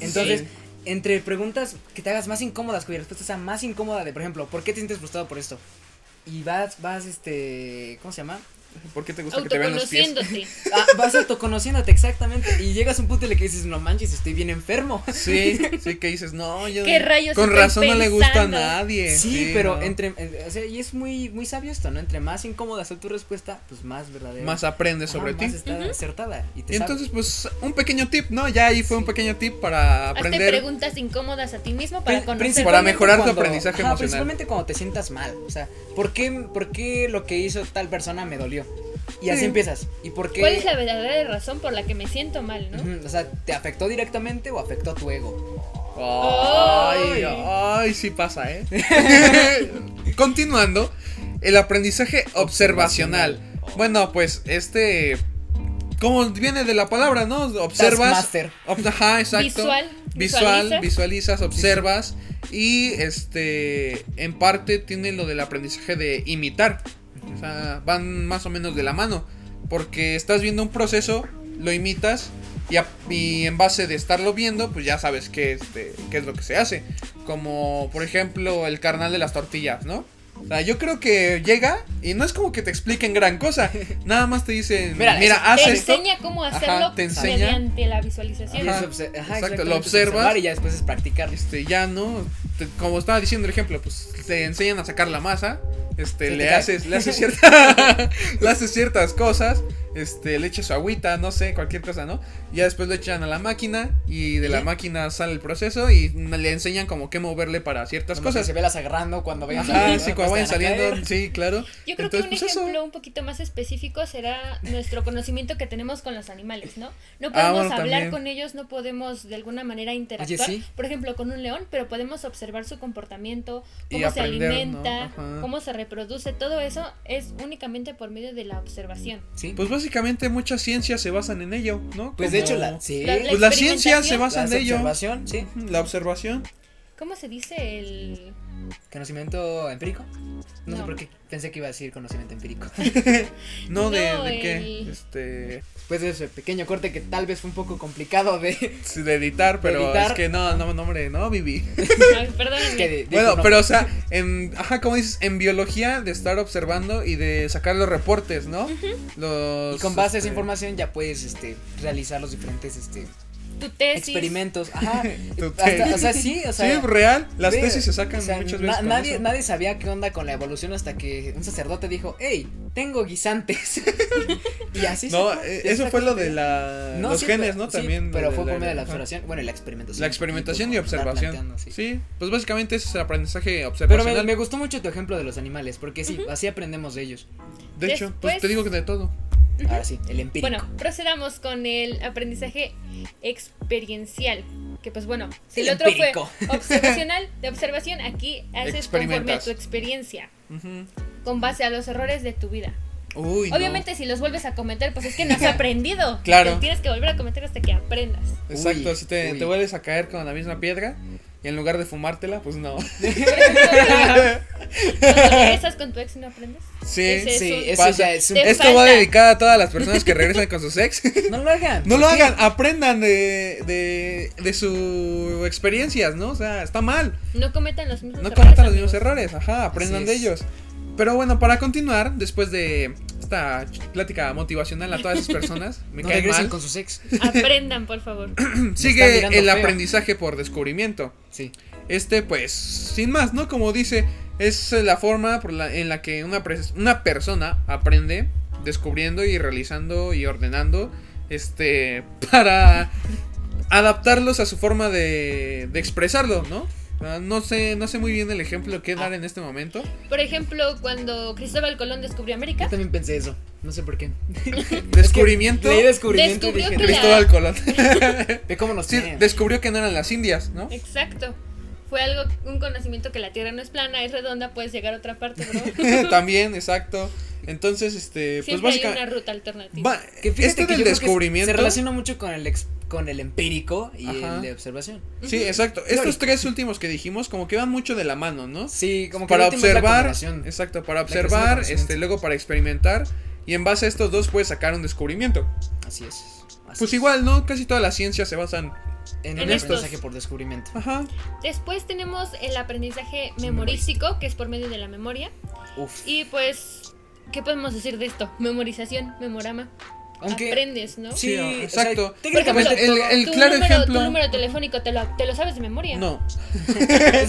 [SPEAKER 2] Entonces,
[SPEAKER 3] Sí.
[SPEAKER 2] entre preguntas que te hagas más incómodas, cuya respuesta sea más incómoda de, por ejemplo, ¿por qué te sientes frustrado por esto? Y vas vas este, ¿cómo se llama?
[SPEAKER 3] ¿Por qué te gusta que te vean los pies?
[SPEAKER 1] Autoconociéndote.
[SPEAKER 2] Ah, vas autoconociéndote exactamente y llegas a un punto en el que dices, "No manches, estoy bien enfermo."
[SPEAKER 3] Sí, sí que dices, no, yo
[SPEAKER 1] ¿Qué rayos
[SPEAKER 3] con
[SPEAKER 1] estoy
[SPEAKER 3] razón no le gusta a
[SPEAKER 1] pensando?
[SPEAKER 3] nadie.
[SPEAKER 2] Sí, pero
[SPEAKER 3] Este, no.
[SPEAKER 2] entre eh, o sea, y es muy muy sabio esto, ¿no? Entre más incómoda sea tu respuesta, pues más verdadera.
[SPEAKER 3] más aprendes
[SPEAKER 2] Ajá,
[SPEAKER 3] sobre ti.
[SPEAKER 2] más está acertada y te
[SPEAKER 3] Y
[SPEAKER 2] sabe.
[SPEAKER 3] entonces, pues, un pequeño tip, ¿no? Ya ahí fue un pequeño tip para
[SPEAKER 1] Hazte
[SPEAKER 3] aprender.
[SPEAKER 1] preguntas incómodas a ti mismo para
[SPEAKER 2] Pri-
[SPEAKER 1] conocer.
[SPEAKER 2] principalmente
[SPEAKER 3] Para mejorar tu
[SPEAKER 2] cuando-
[SPEAKER 3] aprendizaje emocional.
[SPEAKER 2] Principalmente cuando te sientas mal, o sea, ¿por qué por qué lo que hizo tal persona me dolió? Y así
[SPEAKER 3] Sí.
[SPEAKER 2] empiezas. ¿Y por qué
[SPEAKER 1] ¿Cuál es la verdadera razón por la que me siento mal, no?
[SPEAKER 2] Ujú, O sea, ¿te afectó directamente o afectó tu ego?
[SPEAKER 3] Ay,
[SPEAKER 1] Ay.
[SPEAKER 3] ay, sí pasa, ¿eh? Continuando, el aprendizaje observacional.
[SPEAKER 2] Observacional.
[SPEAKER 3] Bueno, pues este como viene de la palabra, ¿no? Observas.
[SPEAKER 2] Taskmaster.
[SPEAKER 3] ob- ajá, exacto.
[SPEAKER 1] Visual,
[SPEAKER 3] Visual,
[SPEAKER 1] visualizas.
[SPEAKER 3] visualizas, observas. Y este. En parte tiene lo del aprendizaje de imitar. O sea, van más o menos de la mano. Porque estás viendo un proceso, lo imitas. Y, a- y en base de estarlo viendo, pues ya sabes qué, este, qué es lo que se hace. Como por ejemplo el carnal de las tortillas, ¿no? O sea, yo creo que llega y no es como que te expliquen gran cosa. Nada más te dicen, mira,
[SPEAKER 2] Mira, es-
[SPEAKER 3] haz
[SPEAKER 1] te
[SPEAKER 3] esto.
[SPEAKER 1] enseña cómo
[SPEAKER 3] Ajá,
[SPEAKER 1] hacerlo
[SPEAKER 3] te enseña.
[SPEAKER 1] mediante la visualización.
[SPEAKER 2] Y es
[SPEAKER 3] Ajá,
[SPEAKER 2] obse- ajá,
[SPEAKER 3] exacto,
[SPEAKER 2] exactamente,
[SPEAKER 3] lo
[SPEAKER 2] es
[SPEAKER 3] observas.
[SPEAKER 2] observar y ya después es practicar.
[SPEAKER 3] Este, ya no. te- como estaba diciendo el ejemplo, pues te enseñan a sacar la masa.
[SPEAKER 2] Se
[SPEAKER 3] Este, le
[SPEAKER 2] te cae.
[SPEAKER 3] haces, le haces cierta- le haces ciertas cosas. Este, le echas su agüita, no sé, cualquier cosa, ¿no? Y ya después lo echan a la máquina. Y de la
[SPEAKER 2] Ya.
[SPEAKER 3] máquina sale el proceso. Y le enseñan como qué moverle para ciertas
[SPEAKER 2] Las
[SPEAKER 3] cosas.
[SPEAKER 2] se ve las agarrando cuando vayan
[SPEAKER 3] Ah, sí,
[SPEAKER 2] ¿no?
[SPEAKER 3] cuando vayan
[SPEAKER 2] Pues te van a
[SPEAKER 3] saliendo,
[SPEAKER 2] caer.
[SPEAKER 3] sí, claro.
[SPEAKER 1] Yo creo
[SPEAKER 3] Entonces,
[SPEAKER 1] que un
[SPEAKER 3] pues, eso.
[SPEAKER 1] ejemplo un poquito más específico será nuestro conocimiento que tenemos con los animales, ¿no? No
[SPEAKER 3] Ah,
[SPEAKER 1] podemos
[SPEAKER 3] bueno,
[SPEAKER 1] hablar
[SPEAKER 3] también.
[SPEAKER 1] con ellos, no podemos de alguna manera interactuar.
[SPEAKER 2] sí.
[SPEAKER 1] Por ejemplo, con un león, pero podemos observar su comportamiento,
[SPEAKER 3] Y
[SPEAKER 1] cómo se
[SPEAKER 3] aprender, ¿no?
[SPEAKER 1] alimenta,
[SPEAKER 3] Ajá.
[SPEAKER 1] cómo se reproduce, todo eso es únicamente por medio de la observación.
[SPEAKER 2] Sí.
[SPEAKER 3] Pues básicamente muchas ciencias se basan en ello, ¿no?
[SPEAKER 2] Pues
[SPEAKER 3] Como-
[SPEAKER 2] de hecho, la, sí.
[SPEAKER 1] La- la
[SPEAKER 3] Pues las ciencias se
[SPEAKER 1] experimentación,
[SPEAKER 3] basan
[SPEAKER 2] Las
[SPEAKER 3] en ello.
[SPEAKER 2] observación, sí.
[SPEAKER 3] La observación.
[SPEAKER 1] ¿Cómo se dice el
[SPEAKER 2] ¿Conocimiento empírico? No, sé
[SPEAKER 1] No.
[SPEAKER 2] por qué. Pensé que iba a decir conocimiento empírico.
[SPEAKER 3] No, de,
[SPEAKER 1] No,
[SPEAKER 3] de
[SPEAKER 1] el-
[SPEAKER 3] qué. Este.
[SPEAKER 2] Después de Pues ese pequeño corte que tal vez fue un poco complicado de. es
[SPEAKER 3] sí, De editar, pero
[SPEAKER 2] editar.
[SPEAKER 3] es que no, no, no, hombre, no, Vivi.
[SPEAKER 1] Ay, perdónenme.
[SPEAKER 2] que de- dijo,
[SPEAKER 3] Bueno,
[SPEAKER 2] no,
[SPEAKER 3] pero o sea, en. Ajá, como dices, en biología, de estar observando y de sacar los reportes, ¿no? Los.
[SPEAKER 2] Y con base a esa
[SPEAKER 3] este,
[SPEAKER 2] información ya puedes este, realizar los diferentes este,
[SPEAKER 1] Tu tesis.
[SPEAKER 2] experimentos. Ajá.
[SPEAKER 3] Tu
[SPEAKER 2] Hasta-
[SPEAKER 3] tesis.
[SPEAKER 2] o sea, sí, o sea.
[SPEAKER 3] Sí, real. Las
[SPEAKER 2] ve,
[SPEAKER 3] tesis se sacan
[SPEAKER 2] o sea,
[SPEAKER 3] muchas
[SPEAKER 2] na-
[SPEAKER 3] veces. con
[SPEAKER 2] nadie,
[SPEAKER 3] eso.
[SPEAKER 2] nadie sabía qué onda con la evolución hasta que un sacerdote dijo, hey, tengo guisantes. y así
[SPEAKER 3] No,
[SPEAKER 2] sacó-
[SPEAKER 3] eh,
[SPEAKER 2] ya
[SPEAKER 3] eso
[SPEAKER 2] sacó
[SPEAKER 3] fue lo
[SPEAKER 2] idea.
[SPEAKER 3] de la,
[SPEAKER 2] No,
[SPEAKER 3] los
[SPEAKER 2] sí,
[SPEAKER 3] genes,
[SPEAKER 2] pero-
[SPEAKER 3] ¿no?
[SPEAKER 2] sí,
[SPEAKER 3] También.
[SPEAKER 2] Pero fue por medio de la
[SPEAKER 3] ajá.
[SPEAKER 2] observación. Bueno, y la experimentación.
[SPEAKER 3] La experimentación y
[SPEAKER 2] Tipo, andar
[SPEAKER 3] observación.
[SPEAKER 2] planteando,
[SPEAKER 3] Sí. pues básicamente ese es el aprendizaje
[SPEAKER 2] Pero
[SPEAKER 3] observacional.
[SPEAKER 2] me, me gustó mucho tu ejemplo de los animales, porque sí, así aprendemos de ellos.
[SPEAKER 3] De hecho, pues
[SPEAKER 1] Después-
[SPEAKER 3] te digo que de todo.
[SPEAKER 2] Ahora sí, el empírico.
[SPEAKER 1] Bueno, procedamos con el aprendizaje experiencial. Que pues bueno, si
[SPEAKER 2] El
[SPEAKER 1] el, otro
[SPEAKER 2] empírico.
[SPEAKER 1] fue observacional, de observación, aquí haces conforme a
[SPEAKER 3] Experimentas.
[SPEAKER 1] tu experiencia,
[SPEAKER 3] Ujú.
[SPEAKER 1] con base a los errores de tu vida.
[SPEAKER 3] Uy, no.
[SPEAKER 1] Obviamente, si los vuelves a cometer, pues es que no has aprendido.
[SPEAKER 3] Claro.
[SPEAKER 1] Los tienes que volver a cometer hasta que aprendas.
[SPEAKER 3] Exacto,
[SPEAKER 2] Uy,
[SPEAKER 3] si te,
[SPEAKER 2] uy.
[SPEAKER 3] te vuelves a caer con la misma piedra y en lugar de fumártela, pues no.
[SPEAKER 1] Por ejemplo, Cuando regresas con tu ex y no aprendes.
[SPEAKER 3] Sí,
[SPEAKER 1] Ese-
[SPEAKER 2] sí,
[SPEAKER 1] eso
[SPEAKER 2] eso
[SPEAKER 3] pasa.
[SPEAKER 2] ya es un...
[SPEAKER 1] Te-
[SPEAKER 3] Esto va
[SPEAKER 1] falta.
[SPEAKER 3] dedicado a todas las personas que regresan con sus ex.
[SPEAKER 2] No lo hagan.
[SPEAKER 3] No lo
[SPEAKER 2] ¿por qué?
[SPEAKER 3] hagan, aprendan de, de, de sus experiencias, ¿no? O sea, está mal.
[SPEAKER 1] No cometan los mismos
[SPEAKER 3] No
[SPEAKER 1] errores.
[SPEAKER 3] cometan los mismos
[SPEAKER 1] amigos.
[SPEAKER 3] errores, ajá, aprendan
[SPEAKER 2] Así
[SPEAKER 3] de
[SPEAKER 2] es.
[SPEAKER 3] ellos. Pero bueno, para continuar, después de esta ch- plática motivacional a todas esas personas, me
[SPEAKER 2] No
[SPEAKER 3] cae
[SPEAKER 2] regresen
[SPEAKER 3] mal.
[SPEAKER 2] con sus ex.
[SPEAKER 1] Aprendan, por favor.
[SPEAKER 2] están
[SPEAKER 3] Sigue
[SPEAKER 2] mirando
[SPEAKER 3] el
[SPEAKER 2] feo.
[SPEAKER 3] aprendizaje por descubrimiento.
[SPEAKER 2] Sí.
[SPEAKER 3] Este, pues, sin más, ¿no? Como dice, es eh, la forma por la- en la que una, pres- una persona aprende descubriendo y realizando y ordenando, este, para adaptarlos a su forma de, de expresarlo, ¿no? Ah, No sé, no sé muy bien el ejemplo que dar en este momento.
[SPEAKER 1] Por ejemplo, cuando Cristóbal Colón descubrió
[SPEAKER 2] Yo
[SPEAKER 1] América,
[SPEAKER 2] también pensé eso. No sé por qué.
[SPEAKER 3] Descubrimiento.
[SPEAKER 2] Leí descubrimiento y
[SPEAKER 1] Descubrió que
[SPEAKER 2] dije,
[SPEAKER 1] la-
[SPEAKER 3] Cristóbal Colón.
[SPEAKER 2] ve cómo nos
[SPEAKER 3] Sí,
[SPEAKER 2] tienen.
[SPEAKER 3] descubrió que no eran las Indias, ¿no?
[SPEAKER 1] Exacto. Fue algo, un conocimiento que la Tierra no es plana, es redonda, puedes llegar a otra parte, bro.
[SPEAKER 3] También, exacto. Entonces,
[SPEAKER 1] Siempre
[SPEAKER 3] este, Eh, pues
[SPEAKER 1] hay una
[SPEAKER 3] básicamente.
[SPEAKER 1] ruta alternativa.
[SPEAKER 2] Que fíjate
[SPEAKER 3] este
[SPEAKER 2] que yo
[SPEAKER 3] del
[SPEAKER 2] creo que
[SPEAKER 3] descubrimiento.
[SPEAKER 2] Se relaciona mucho con el, ex- con el empírico y
[SPEAKER 3] Ajá.
[SPEAKER 2] el de observación.
[SPEAKER 3] Sí, exacto. Estos tres últimos que dijimos, como que van mucho de la mano, ¿no?
[SPEAKER 2] Sí, como que
[SPEAKER 3] para
[SPEAKER 2] el último es la
[SPEAKER 3] observar.
[SPEAKER 2] combinación.
[SPEAKER 3] Exacto, para
[SPEAKER 2] creación de
[SPEAKER 3] observar,
[SPEAKER 2] conocimientos.
[SPEAKER 3] este, luego para experimentar. Y en base a estos dos puedes sacar un descubrimiento.
[SPEAKER 2] Así es. así
[SPEAKER 3] Pues
[SPEAKER 2] es.
[SPEAKER 3] igual, ¿no? Casi todas las ciencias se basan.
[SPEAKER 2] En,
[SPEAKER 1] en
[SPEAKER 2] un
[SPEAKER 1] estos.
[SPEAKER 2] aprendizaje por descubrimiento.
[SPEAKER 3] Ajá.
[SPEAKER 1] Después tenemos el aprendizaje memorístico, que es por medio de la memoria.
[SPEAKER 2] Uf.
[SPEAKER 1] Y pues, ¿qué podemos decir de esto? Memorización, memorama.
[SPEAKER 2] Aunque.
[SPEAKER 1] Aprendes, ¿no?
[SPEAKER 2] Sí,
[SPEAKER 3] Sí,
[SPEAKER 2] o sea,
[SPEAKER 3] exacto.
[SPEAKER 2] técnicamente
[SPEAKER 3] el,
[SPEAKER 2] todo-
[SPEAKER 3] el
[SPEAKER 1] Tu
[SPEAKER 3] claro
[SPEAKER 1] número,
[SPEAKER 3] ejemplo.
[SPEAKER 1] Tu número telefónico te lo, te lo sabes de memoria.
[SPEAKER 3] No,
[SPEAKER 2] es,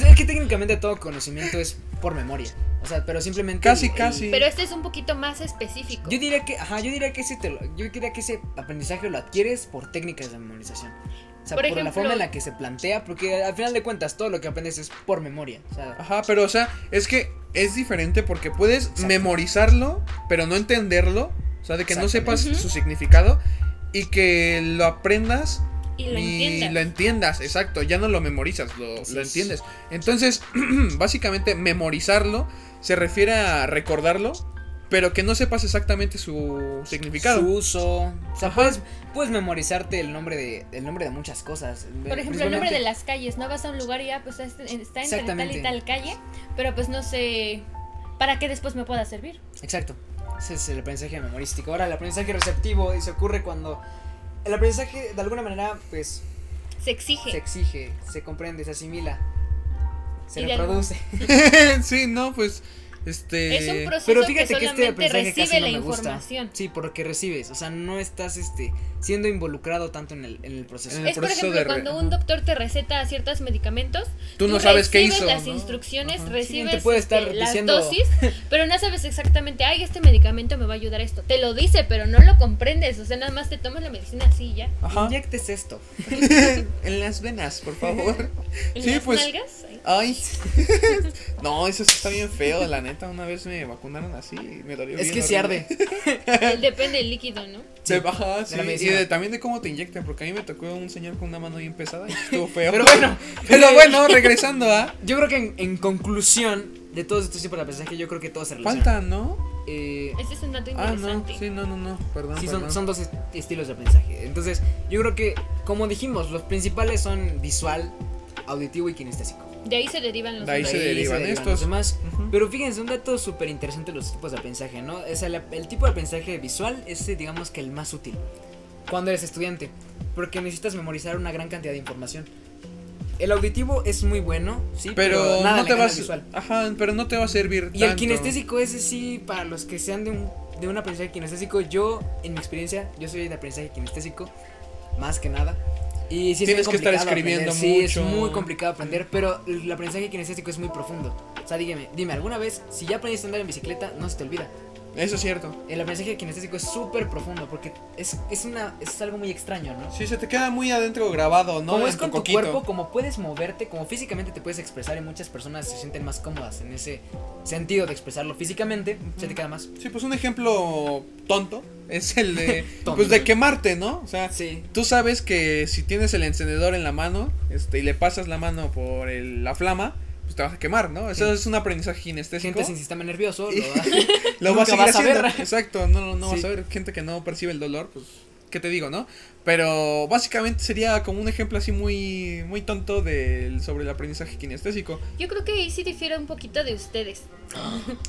[SPEAKER 2] es que técnicamente todo conocimiento es por memoria. O sea, pero simplemente.
[SPEAKER 3] Casi,
[SPEAKER 2] el- el-
[SPEAKER 3] casi.
[SPEAKER 1] Pero este es un poquito más específico.
[SPEAKER 2] Yo diría que, ajá, yo diría que ese te lo- yo diría que ese aprendizaje lo adquieres por técnicas de memorización. O sea,
[SPEAKER 1] Por
[SPEAKER 2] por,
[SPEAKER 1] ejemplo-
[SPEAKER 2] la forma en la que se plantea, porque al final de cuentas todo lo que aprendes es por memoria. O sea,
[SPEAKER 3] Ajá, pero o sea, es que es diferente porque puedes
[SPEAKER 2] Exacto.
[SPEAKER 3] memorizarlo, pero no entenderlo. O sea, de que no sepas
[SPEAKER 1] Exactamente. Ujú.
[SPEAKER 3] su significado y que lo aprendas
[SPEAKER 1] y lo entiendas.
[SPEAKER 3] lo entiendas. Exacto, ya no lo memorizas, lo,
[SPEAKER 2] Así
[SPEAKER 3] lo
[SPEAKER 2] es.
[SPEAKER 3] entiendes. Entonces, básicamente, memorizarlo se refiere a recordarlo pero que no sepas exactamente su significado.
[SPEAKER 2] Su uso. O sea,
[SPEAKER 3] Ajá.
[SPEAKER 2] puedes, puedes memorizarte el nombre de el nombre de muchas cosas.
[SPEAKER 1] Por ejemplo, el nombre
[SPEAKER 2] Principalmente-
[SPEAKER 1] de las calles, ¿no? Vas a un lugar y ya, pues está en está entre tal y
[SPEAKER 2] Exactamente.
[SPEAKER 1] tal calle, pero pues no sé para qué después me pueda servir.
[SPEAKER 2] Exacto. Ese es el aprendizaje memorístico. Ahora, el aprendizaje receptivo se ocurre cuando el aprendizaje de alguna manera pues
[SPEAKER 1] Se exige.
[SPEAKER 2] se exige, se comprende, se asimila, se
[SPEAKER 1] Y de
[SPEAKER 2] reproduce.
[SPEAKER 3] sí, no, pues. Este.
[SPEAKER 1] es un proceso
[SPEAKER 2] Pero fíjate
[SPEAKER 1] que
[SPEAKER 2] que
[SPEAKER 1] solamente
[SPEAKER 2] este aprendizaje
[SPEAKER 1] recibe
[SPEAKER 2] casi no
[SPEAKER 1] la
[SPEAKER 2] me gusta.
[SPEAKER 1] información.
[SPEAKER 2] Sí, porque recibes, o sea, no estás este siendo involucrado tanto en el, en el proceso.
[SPEAKER 3] En el
[SPEAKER 1] Es por
[SPEAKER 3] proceso
[SPEAKER 1] ejemplo
[SPEAKER 3] de re-
[SPEAKER 1] cuando un doctor te receta ciertos medicamentos,
[SPEAKER 3] Tú no sabes qué
[SPEAKER 1] recibes
[SPEAKER 3] hizo.
[SPEAKER 1] las
[SPEAKER 3] ¿no?
[SPEAKER 1] instrucciones,
[SPEAKER 3] Ajá.
[SPEAKER 1] recibes
[SPEAKER 2] Sí, te puede estar
[SPEAKER 1] este, las
[SPEAKER 2] diciendo-
[SPEAKER 1] dosis, pero no sabes exactamente, ay, este medicamento me va a ayudar a esto. Te lo dice, pero no lo comprendes, o sea, nada más te tomas la medicina así y ya.
[SPEAKER 3] Ajá.
[SPEAKER 2] Inyectes esto.
[SPEAKER 3] en las venas, por favor.
[SPEAKER 1] En
[SPEAKER 3] Sí,
[SPEAKER 1] las
[SPEAKER 3] pues-
[SPEAKER 1] nalgas, ay,
[SPEAKER 3] Ay. no, eso sí está bien feo, la neta. Una vez me vacunaron así y me dolió.
[SPEAKER 2] Es
[SPEAKER 3] bien
[SPEAKER 2] que se
[SPEAKER 3] horrible.
[SPEAKER 2] arde.
[SPEAKER 1] eh, depende del líquido, ¿no?
[SPEAKER 3] Se baja, sí.
[SPEAKER 2] la
[SPEAKER 3] y
[SPEAKER 2] medicina.
[SPEAKER 3] de- también de cómo te inyectan, porque a mí me tocó un señor con una mano bien pesada y estuvo feo.
[SPEAKER 2] Pero bueno, eh,
[SPEAKER 3] pero bueno, regresando a.
[SPEAKER 2] Yo creo que en, en conclusión de todos estos tipos de aprendizaje, yo creo que todos se relacionan.
[SPEAKER 3] Falta, ¿no?
[SPEAKER 2] Eh,
[SPEAKER 1] Ese es un dato
[SPEAKER 3] Ah, no.
[SPEAKER 1] interesante.
[SPEAKER 3] Sí, no, no, no. Perdón.
[SPEAKER 2] Sí, son,
[SPEAKER 3] perdón.
[SPEAKER 2] son dos est- estilos de aprendizaje. Entonces, yo creo que, como dijimos, los principales son visual, auditivo y kinestésico.
[SPEAKER 1] De ahí se derivan los
[SPEAKER 3] De ahí
[SPEAKER 1] demás.
[SPEAKER 3] se derivan estos.
[SPEAKER 2] los demás.
[SPEAKER 3] Ujú.
[SPEAKER 2] Pero fíjense, un dato súper interesante de los tipos de aprendizaje, ¿no? Es el, el tipo de aprendizaje visual es, eh, digamos, que el más útil cuando eres estudiante, porque necesitas memorizar una gran cantidad de información. El auditivo es muy bueno, sí, pero,
[SPEAKER 3] Pero,
[SPEAKER 2] nada
[SPEAKER 3] no
[SPEAKER 2] le
[SPEAKER 3] te
[SPEAKER 2] gana
[SPEAKER 3] va
[SPEAKER 2] el
[SPEAKER 3] a
[SPEAKER 2] visual.
[SPEAKER 3] Ajá, pero no te va a servir.
[SPEAKER 2] Y el
[SPEAKER 3] tanto.
[SPEAKER 2] kinestésico, ese sí, para los que sean de un, de un aprendizaje kinestésico, yo, en mi experiencia, yo soy de aprendizaje kinestésico, más que nada. Y sí es
[SPEAKER 3] Tienes
[SPEAKER 2] muy
[SPEAKER 3] que estar
[SPEAKER 2] complicado
[SPEAKER 3] escribiendo
[SPEAKER 2] aprender, sí,
[SPEAKER 3] mucho.
[SPEAKER 2] es muy complicado aprender, pero el aprendizaje kinestésico es muy profundo. O sea, dígame, dime, ¿alguna vez, si ya aprendiste a andar en bicicleta, no se te olvida?
[SPEAKER 3] Eso es cierto.
[SPEAKER 2] El aprendizaje kinestésico es súper profundo, porque es, es, una, es algo muy extraño, ¿no?
[SPEAKER 3] Sí, se te queda muy adentro grabado, ¿no?
[SPEAKER 2] como
[SPEAKER 3] En
[SPEAKER 2] es con tu
[SPEAKER 3] coquito.
[SPEAKER 2] cuerpo, como puedes moverte, como físicamente te puedes expresar y muchas personas se sienten más cómodas en ese sentido de expresarlo físicamente, se te queda más.
[SPEAKER 3] Sí, pues un ejemplo tonto es el de
[SPEAKER 2] Tonto.
[SPEAKER 3] pues de quemarte, ¿no? O sea,
[SPEAKER 2] Sí.
[SPEAKER 3] tú sabes que si tienes el encendedor en la mano, este y le pasas la mano por el- la flama, pues te vas a quemar, ¿no? Eso
[SPEAKER 2] Sí.
[SPEAKER 3] es un aprendizaje kinestésico.
[SPEAKER 2] Gente sin sistema nervioso.
[SPEAKER 3] Y-
[SPEAKER 2] lo-
[SPEAKER 3] Lo
[SPEAKER 2] nunca vas
[SPEAKER 3] vas a seguir
[SPEAKER 2] a
[SPEAKER 3] haciendo.
[SPEAKER 2] ver.
[SPEAKER 3] Exacto, no no, no
[SPEAKER 2] Sí.
[SPEAKER 3] vas a ver gente que no percibe el dolor, pues qué te digo, ¿no? Pero básicamente sería como un ejemplo así muy muy tonto del sobre el aprendizaje kinestésico.
[SPEAKER 1] Yo creo que ahí sí difiere un poquito de ustedes.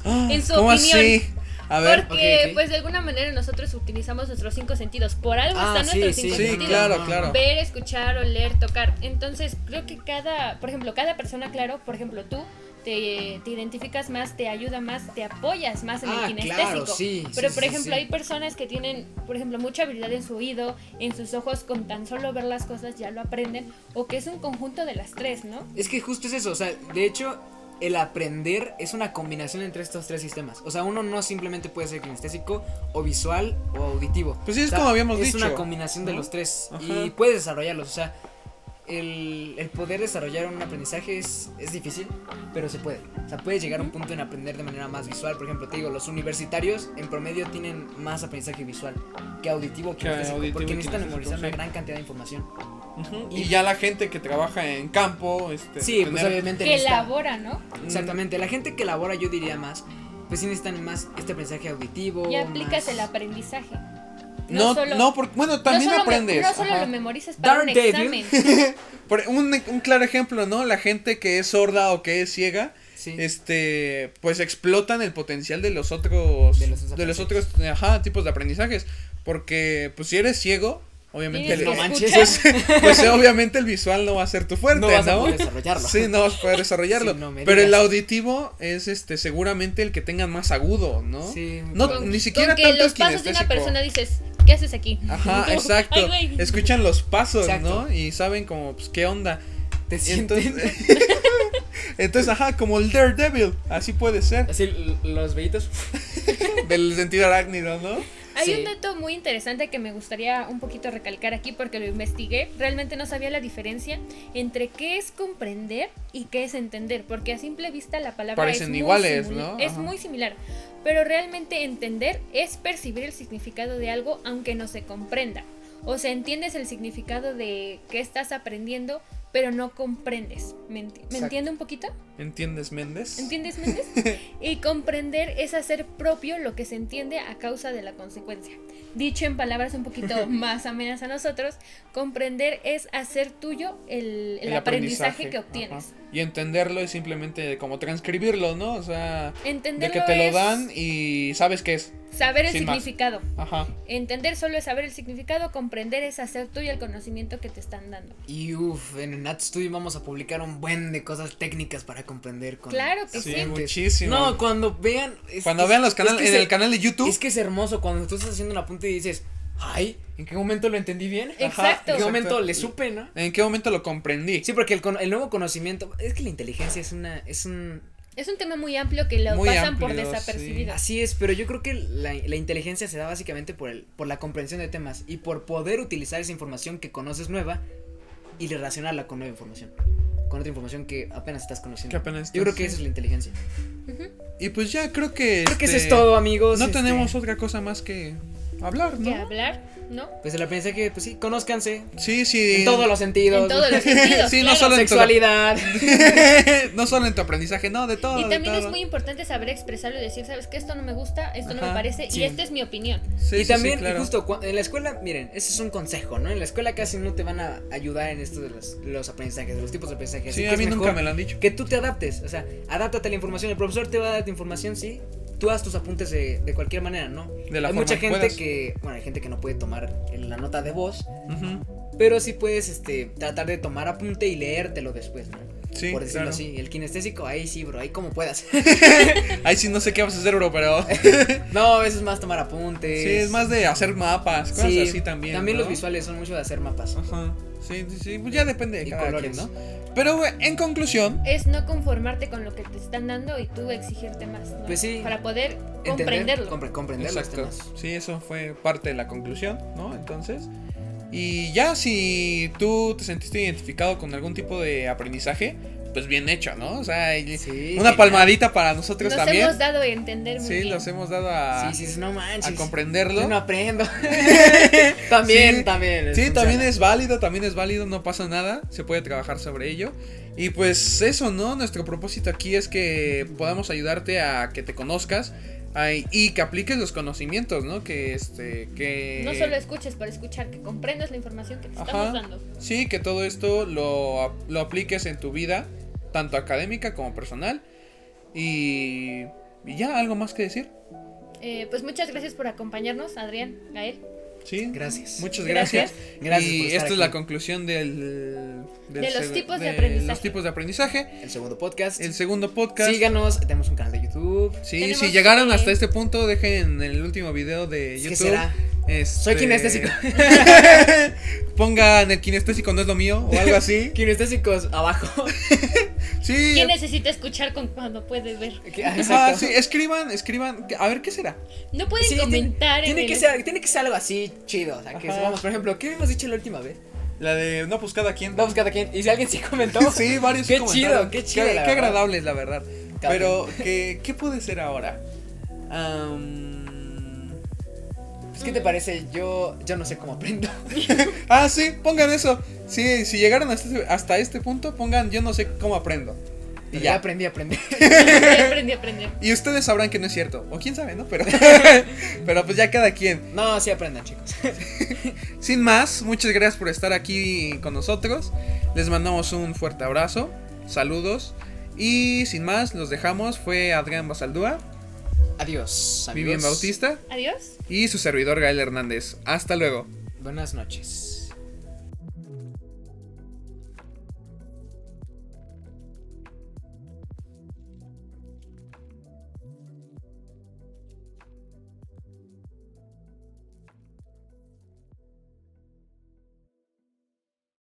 [SPEAKER 3] Ah,
[SPEAKER 1] En su
[SPEAKER 3] ¿Cómo
[SPEAKER 1] opinión.
[SPEAKER 3] así? A ver,
[SPEAKER 1] porque,
[SPEAKER 2] ok, ok.
[SPEAKER 1] pues, de alguna manera nosotros utilizamos nuestros cinco sentidos. Por algo
[SPEAKER 2] Ah,
[SPEAKER 1] están nuestros cinco
[SPEAKER 3] sí,
[SPEAKER 1] sentidos.
[SPEAKER 3] claro, claro.
[SPEAKER 1] Ver, escuchar, oler, tocar. Entonces, creo que cada, por ejemplo, cada persona, claro, por ejemplo, tú te, te identificas más, te ayuda más, te apoyas más en
[SPEAKER 2] Ah,
[SPEAKER 1] el kinestésico.
[SPEAKER 2] claro, sí,
[SPEAKER 1] Pero,
[SPEAKER 2] sí,
[SPEAKER 1] por
[SPEAKER 2] sí,
[SPEAKER 1] ejemplo,
[SPEAKER 2] sí.
[SPEAKER 1] hay personas que tienen, por ejemplo, mucha habilidad en su oído, en sus ojos, con tan solo ver las cosas ya lo aprenden, o que es un conjunto de las tres, ¿no?
[SPEAKER 2] Es que justo es eso, o sea, de hecho, el aprender es una combinación entre estos tres sistemas. O sea, uno no simplemente puede ser kinestésico o visual o auditivo.
[SPEAKER 3] Pues sí, es
[SPEAKER 2] O sea,
[SPEAKER 3] como habíamos
[SPEAKER 2] es
[SPEAKER 3] dicho,
[SPEAKER 2] una combinación de
[SPEAKER 3] ¿no?
[SPEAKER 2] los tres
[SPEAKER 3] Ajá.
[SPEAKER 2] y puedes desarrollarlos, o sea, el, el poder desarrollar un aprendizaje es, es difícil, pero se puede. O sea, puedes llegar a un punto en aprender de manera más visual. Por ejemplo, te digo, los universitarios en promedio tienen más aprendizaje visual que auditivo o
[SPEAKER 3] Que
[SPEAKER 2] kinestésico,
[SPEAKER 3] auditivo y
[SPEAKER 2] porque necesitan
[SPEAKER 3] kinestésico,
[SPEAKER 2] memorizar una
[SPEAKER 3] sí.
[SPEAKER 2] gran cantidad de información.
[SPEAKER 3] Ujú, Y ya la gente que trabaja en campo, este,
[SPEAKER 2] Sí, pues
[SPEAKER 3] tener-
[SPEAKER 2] obviamente
[SPEAKER 1] Que
[SPEAKER 2] necesitan-
[SPEAKER 1] elabora, ¿no?
[SPEAKER 2] Exactamente, la gente que elabora yo diría más, pues sí necesitan más este aprendizaje auditivo.
[SPEAKER 1] Y aplicas
[SPEAKER 2] Oh, más-
[SPEAKER 1] el aprendizaje.
[SPEAKER 3] No, no,
[SPEAKER 1] solo-
[SPEAKER 3] porque, bueno, también
[SPEAKER 1] no solo me-
[SPEAKER 3] aprendes.
[SPEAKER 1] no solo
[SPEAKER 3] ajá.
[SPEAKER 1] lo memorizas para
[SPEAKER 2] Darth
[SPEAKER 1] un
[SPEAKER 2] Devil.
[SPEAKER 1] examen.
[SPEAKER 3] Por- un, un claro ejemplo, ¿no? La gente que es sorda o que es ciega,
[SPEAKER 2] Sí.
[SPEAKER 3] este, pues explotan el potencial de los otros,
[SPEAKER 2] De los otros
[SPEAKER 3] de los otros, ajá, tipos de aprendizajes, porque, pues si eres ciego, obviamente,
[SPEAKER 1] Tienes
[SPEAKER 3] el-
[SPEAKER 1] que
[SPEAKER 2] No manches,
[SPEAKER 1] escuchar.
[SPEAKER 2] es-
[SPEAKER 3] pues obviamente el visual no va a ser tu fuerte,
[SPEAKER 2] no
[SPEAKER 3] ¿no?
[SPEAKER 2] vas a poder desarrollarlo.
[SPEAKER 3] Sí, no vas a poder desarrollarlo.
[SPEAKER 2] Sí, no me
[SPEAKER 3] pero el
[SPEAKER 2] digas.
[SPEAKER 3] auditivo es este seguramente el que tengan más agudo, ¿no?
[SPEAKER 2] Sí, pues,
[SPEAKER 3] No,
[SPEAKER 2] con-
[SPEAKER 3] ni siquiera
[SPEAKER 1] con que
[SPEAKER 3] tanto
[SPEAKER 1] los pasos
[SPEAKER 3] el
[SPEAKER 1] de una
[SPEAKER 3] kinestésico.
[SPEAKER 1] persona dices, ¿qué haces aquí?
[SPEAKER 3] Ajá,
[SPEAKER 1] Como,
[SPEAKER 3] exacto.
[SPEAKER 1] "Ay, güey".
[SPEAKER 3] Escuchan los pasos,
[SPEAKER 2] Exacto.
[SPEAKER 3] ¿no? Y saben como, pues, qué onda.
[SPEAKER 2] Te sientes.
[SPEAKER 3] Entonces, entonces, ajá, como el Daredevil, así puede ser,
[SPEAKER 2] Así l- los vellitos.
[SPEAKER 3] del sentido arácnido, ¿no?
[SPEAKER 1] Hay
[SPEAKER 2] Sí.
[SPEAKER 1] un dato muy interesante que me gustaría un poquito recalcar aquí porque lo investigué. Realmente no sabía la diferencia entre qué es comprender y qué es entender, porque a simple vista la palabra
[SPEAKER 3] Parecen
[SPEAKER 1] es muy
[SPEAKER 3] iguales,
[SPEAKER 1] simil-
[SPEAKER 3] ¿no?
[SPEAKER 1] Es
[SPEAKER 3] Ajá.
[SPEAKER 1] muy similar, pero realmente entender es percibir el significado de algo aunque no se comprenda. O sea, entiendes el significado de que estás aprendiendo, pero no comprendes. ¿Me, enti- me
[SPEAKER 2] Exacto.
[SPEAKER 1] entiende un poquito?
[SPEAKER 3] ¿Entiendes, Méndez?
[SPEAKER 1] ¿Entiendes, Méndez? y comprender es hacer propio lo que se entiende a causa de la consecuencia. Dicho en palabras un poquito más amenas a nosotros, comprender es hacer tuyo el, el
[SPEAKER 3] El
[SPEAKER 1] aprendizaje, que
[SPEAKER 3] ajá.
[SPEAKER 1] obtienes.
[SPEAKER 3] Y entenderlo es simplemente como transcribirlo, ¿no? O sea, de
[SPEAKER 1] Entenderlo
[SPEAKER 3] que te
[SPEAKER 1] es
[SPEAKER 3] lo dan y sabes qué es.
[SPEAKER 1] saber el
[SPEAKER 3] sin más.
[SPEAKER 1] significado.
[SPEAKER 3] Ajá.
[SPEAKER 1] Entender solo es saber el significado, comprender es hacer tuyo el conocimiento que te están dando.
[SPEAKER 2] Y uff, en Nat Studio vamos a publicar un buen de cosas técnicas para comprender con
[SPEAKER 1] Claro que
[SPEAKER 3] Sí,
[SPEAKER 1] sí.
[SPEAKER 3] muchísimo.
[SPEAKER 2] No, cuando vean. es
[SPEAKER 3] Cuando
[SPEAKER 2] que-
[SPEAKER 3] vean los
[SPEAKER 2] es que
[SPEAKER 3] canales,
[SPEAKER 2] es
[SPEAKER 3] en
[SPEAKER 2] her-
[SPEAKER 3] el canal de YouTube.
[SPEAKER 2] Es que es hermoso cuando tú estás haciendo un apunte y dices, ay, ¿en qué momento lo entendí bien?
[SPEAKER 1] Eh, Exacto.
[SPEAKER 2] ¿En qué momento
[SPEAKER 3] Exacto.
[SPEAKER 2] le supe, no?
[SPEAKER 3] ¿En qué momento lo comprendí?
[SPEAKER 2] Sí, porque el, con- el nuevo conocimiento, es que la inteligencia es una, es un,
[SPEAKER 1] Es un tema muy amplio que lo
[SPEAKER 3] Muy
[SPEAKER 1] pasan por
[SPEAKER 3] amplio, sí.
[SPEAKER 1] desapercibido.
[SPEAKER 2] así es, pero yo creo que la, la inteligencia se da básicamente por el, por la comprensión de temas y por poder utilizar esa información que conoces nueva y relacionarla con nueva información, con otra información que apenas estás conociendo.
[SPEAKER 3] Que apenas
[SPEAKER 2] yo
[SPEAKER 3] estás,
[SPEAKER 2] creo que
[SPEAKER 3] sí.
[SPEAKER 2] esa es la inteligencia.
[SPEAKER 3] Y pues ya creo que.
[SPEAKER 2] Creo que eso
[SPEAKER 3] este,
[SPEAKER 2] es todo, amigos.
[SPEAKER 3] No
[SPEAKER 2] este,
[SPEAKER 3] tenemos otra cosa más que hablar,
[SPEAKER 1] Que
[SPEAKER 3] ¿no?
[SPEAKER 1] hablar, ¿no?
[SPEAKER 2] Pues el aprendizaje, pues sí, conózcanse
[SPEAKER 3] Sí, sí.
[SPEAKER 2] en todos los sentidos.
[SPEAKER 1] En todos los sentidos.
[SPEAKER 3] Sí, no
[SPEAKER 1] claro.
[SPEAKER 3] solo en tu-
[SPEAKER 2] sexualidad.
[SPEAKER 3] no solo en tu aprendizaje, no, de todo.
[SPEAKER 1] Y
[SPEAKER 3] de
[SPEAKER 1] también es
[SPEAKER 3] todo.
[SPEAKER 1] muy importante saber expresarlo y decir, ¿sabes qué? Esto no me gusta, esto no me
[SPEAKER 3] Ajá,
[SPEAKER 1] parece
[SPEAKER 2] sí.
[SPEAKER 1] y esta es mi opinión.
[SPEAKER 3] Sí, sí,
[SPEAKER 2] y
[SPEAKER 3] sí,
[SPEAKER 2] también, y
[SPEAKER 3] claro.
[SPEAKER 2] justo cua- en la escuela, miren, ese es un consejo, ¿no? En la escuela casi no te van a ayudar en esto de los, los aprendizajes, de los tipos de aprendizaje. Así
[SPEAKER 3] Sí,
[SPEAKER 2] que
[SPEAKER 3] a
[SPEAKER 2] es
[SPEAKER 3] mí
[SPEAKER 2] mejor
[SPEAKER 3] nunca me lo han dicho.
[SPEAKER 2] que tú te adaptes, o sea, adáptate a la información. El profesor te va a dar tu información, sí. Tú haz tus apuntes de, de cualquier manera, ¿no?
[SPEAKER 3] De la
[SPEAKER 2] hay
[SPEAKER 3] forma
[SPEAKER 2] mucha
[SPEAKER 3] que
[SPEAKER 2] gente
[SPEAKER 3] puedas.
[SPEAKER 2] que, bueno, hay gente que no puede tomar el- la nota de voz,
[SPEAKER 3] Ujú.
[SPEAKER 2] pero sí puedes este, tratar de tomar apunte y leértelo después, ¿no?
[SPEAKER 3] Sí,
[SPEAKER 2] Por decirlo
[SPEAKER 3] claro.
[SPEAKER 2] así. El kinestésico, ahí sí, bro, ahí como puedas.
[SPEAKER 3] Ahí sí no sé qué vas a hacer, bro, pero.
[SPEAKER 2] no, eso es más tomar apuntes.
[SPEAKER 3] Sí, es más de hacer mapas, cosas
[SPEAKER 2] Sí,
[SPEAKER 3] así también.
[SPEAKER 2] También
[SPEAKER 3] ¿no?
[SPEAKER 2] los visuales son mucho de hacer mapas.
[SPEAKER 3] Ajá. Sí, sí, sí, pues ya depende de
[SPEAKER 2] Y
[SPEAKER 3] cada
[SPEAKER 2] colores.
[SPEAKER 3] quien, ¿no? Pero güey, en conclusión,
[SPEAKER 1] Es no conformarte con lo que te están dando y tú exigirte más. ¿no?
[SPEAKER 2] Pues sí.
[SPEAKER 1] Para poder
[SPEAKER 2] Entender,
[SPEAKER 1] comprenderlo.
[SPEAKER 2] compre- comprender
[SPEAKER 3] exacto.
[SPEAKER 2] los temas.
[SPEAKER 3] Sí, eso fue parte de la conclusión, ¿no? Entonces, y ya si tú te sentiste identificado con algún tipo de aprendizaje, pues bien hecho, ¿no? O sea, y-
[SPEAKER 2] Sí,
[SPEAKER 3] una
[SPEAKER 2] genial.
[SPEAKER 3] palmadita para nosotros
[SPEAKER 1] Nos
[SPEAKER 3] también.
[SPEAKER 1] hemos dado a entender muy
[SPEAKER 3] Sí,
[SPEAKER 1] bien.
[SPEAKER 3] los hemos dado a,
[SPEAKER 2] Sí, sí, sí, no
[SPEAKER 3] a
[SPEAKER 2] manches.
[SPEAKER 3] comprenderlo.
[SPEAKER 2] Yo no aprendo. también,
[SPEAKER 3] Sí.
[SPEAKER 2] también.
[SPEAKER 3] Sí,
[SPEAKER 2] funciona.
[SPEAKER 3] también es válido, también es válido, no pasa nada, se puede trabajar sobre ello. Y pues eso, ¿no? Nuestro propósito aquí es que podamos ayudarte a que te conozcas a- y que apliques los conocimientos, ¿no? Que este, que...
[SPEAKER 1] No solo escuches para escuchar, que comprendas la información que te estamos dando.
[SPEAKER 3] Sí, que todo esto lo, ap- lo apliques en tu vida, tanto académica como personal. Y, y ya, ¿algo más que decir?
[SPEAKER 1] Eh, pues muchas gracias por acompañarnos, Adrián, Gael.
[SPEAKER 3] Sí.
[SPEAKER 2] Gracias.
[SPEAKER 3] Muchas
[SPEAKER 1] Gracias.
[SPEAKER 3] gracias.
[SPEAKER 2] Gracias
[SPEAKER 3] Y
[SPEAKER 2] por estar
[SPEAKER 3] esta es
[SPEAKER 2] aquí.
[SPEAKER 3] la conclusión del, del
[SPEAKER 1] De los
[SPEAKER 3] seg-
[SPEAKER 1] tipos de
[SPEAKER 3] Los
[SPEAKER 1] aprendizaje.
[SPEAKER 3] tipos de aprendizaje.
[SPEAKER 2] El segundo podcast.
[SPEAKER 3] El segundo podcast.
[SPEAKER 2] Síganos, tenemos un canal de YouTube.
[SPEAKER 3] Sí,
[SPEAKER 1] Tenemos
[SPEAKER 3] si llegaron
[SPEAKER 1] que-
[SPEAKER 3] hasta este punto, dejen en el último video de
[SPEAKER 2] Es
[SPEAKER 3] YouTube.
[SPEAKER 2] que será.
[SPEAKER 3] este,
[SPEAKER 2] Soy kinestésico.
[SPEAKER 3] Pongan el kinestésico no es lo mío o algo así.
[SPEAKER 2] Kinestésicos abajo. Ah,
[SPEAKER 3] Sí.
[SPEAKER 1] ¿Quién necesita escuchar con cuando puede ver?
[SPEAKER 2] Que- ah,
[SPEAKER 3] Ah,
[SPEAKER 2] exacto.
[SPEAKER 3] sí, escriban, escriban. A ver, ¿qué será?
[SPEAKER 1] No pueden
[SPEAKER 2] Sí,
[SPEAKER 1] comentar
[SPEAKER 2] tiene,
[SPEAKER 1] en
[SPEAKER 2] que
[SPEAKER 1] el-
[SPEAKER 2] ser, tiene que ser algo así chido. O sea, que
[SPEAKER 3] Ajá.
[SPEAKER 2] vamos, por ejemplo, ¿qué hemos dicho la última vez?
[SPEAKER 3] La de no, pues cada quien.
[SPEAKER 2] Vamos cada quien. Y si alguien sí comentó.
[SPEAKER 3] Sí, varios
[SPEAKER 2] Qué
[SPEAKER 3] comentaron.
[SPEAKER 2] chido, qué chido,
[SPEAKER 3] Qué,
[SPEAKER 2] la
[SPEAKER 3] qué
[SPEAKER 2] verdad.
[SPEAKER 3] agradable, la verdad.
[SPEAKER 2] Cada
[SPEAKER 3] Pero, ¿qué, ¿qué puede ser ahora? Am,
[SPEAKER 2] Pues, ¿Qué te parece? Yo, yo no sé cómo aprendo.
[SPEAKER 3] Ah, sí, pongan eso. Sí, si llegaron hasta este, hasta este punto, pongan yo no sé cómo aprendo. Y
[SPEAKER 2] ya
[SPEAKER 3] ya.
[SPEAKER 2] aprendí, aprendí.
[SPEAKER 1] aprendí, aprendí.
[SPEAKER 3] Y ustedes sabrán que no es cierto. O quién sabe, ¿no? Pero, pero pues ya cada quien.
[SPEAKER 2] No, sí aprendan, chicos.
[SPEAKER 3] Sin más, muchas gracias por estar aquí con nosotros. Les mandamos un fuerte abrazo. Saludos. Y sin más, los dejamos. Fue Adrián Basaldúa,
[SPEAKER 2] Adiós, amigos.
[SPEAKER 3] Vivian Bautista
[SPEAKER 1] Adiós.
[SPEAKER 3] y su servidor Gael Hernández. Hasta luego.
[SPEAKER 2] Buenas noches.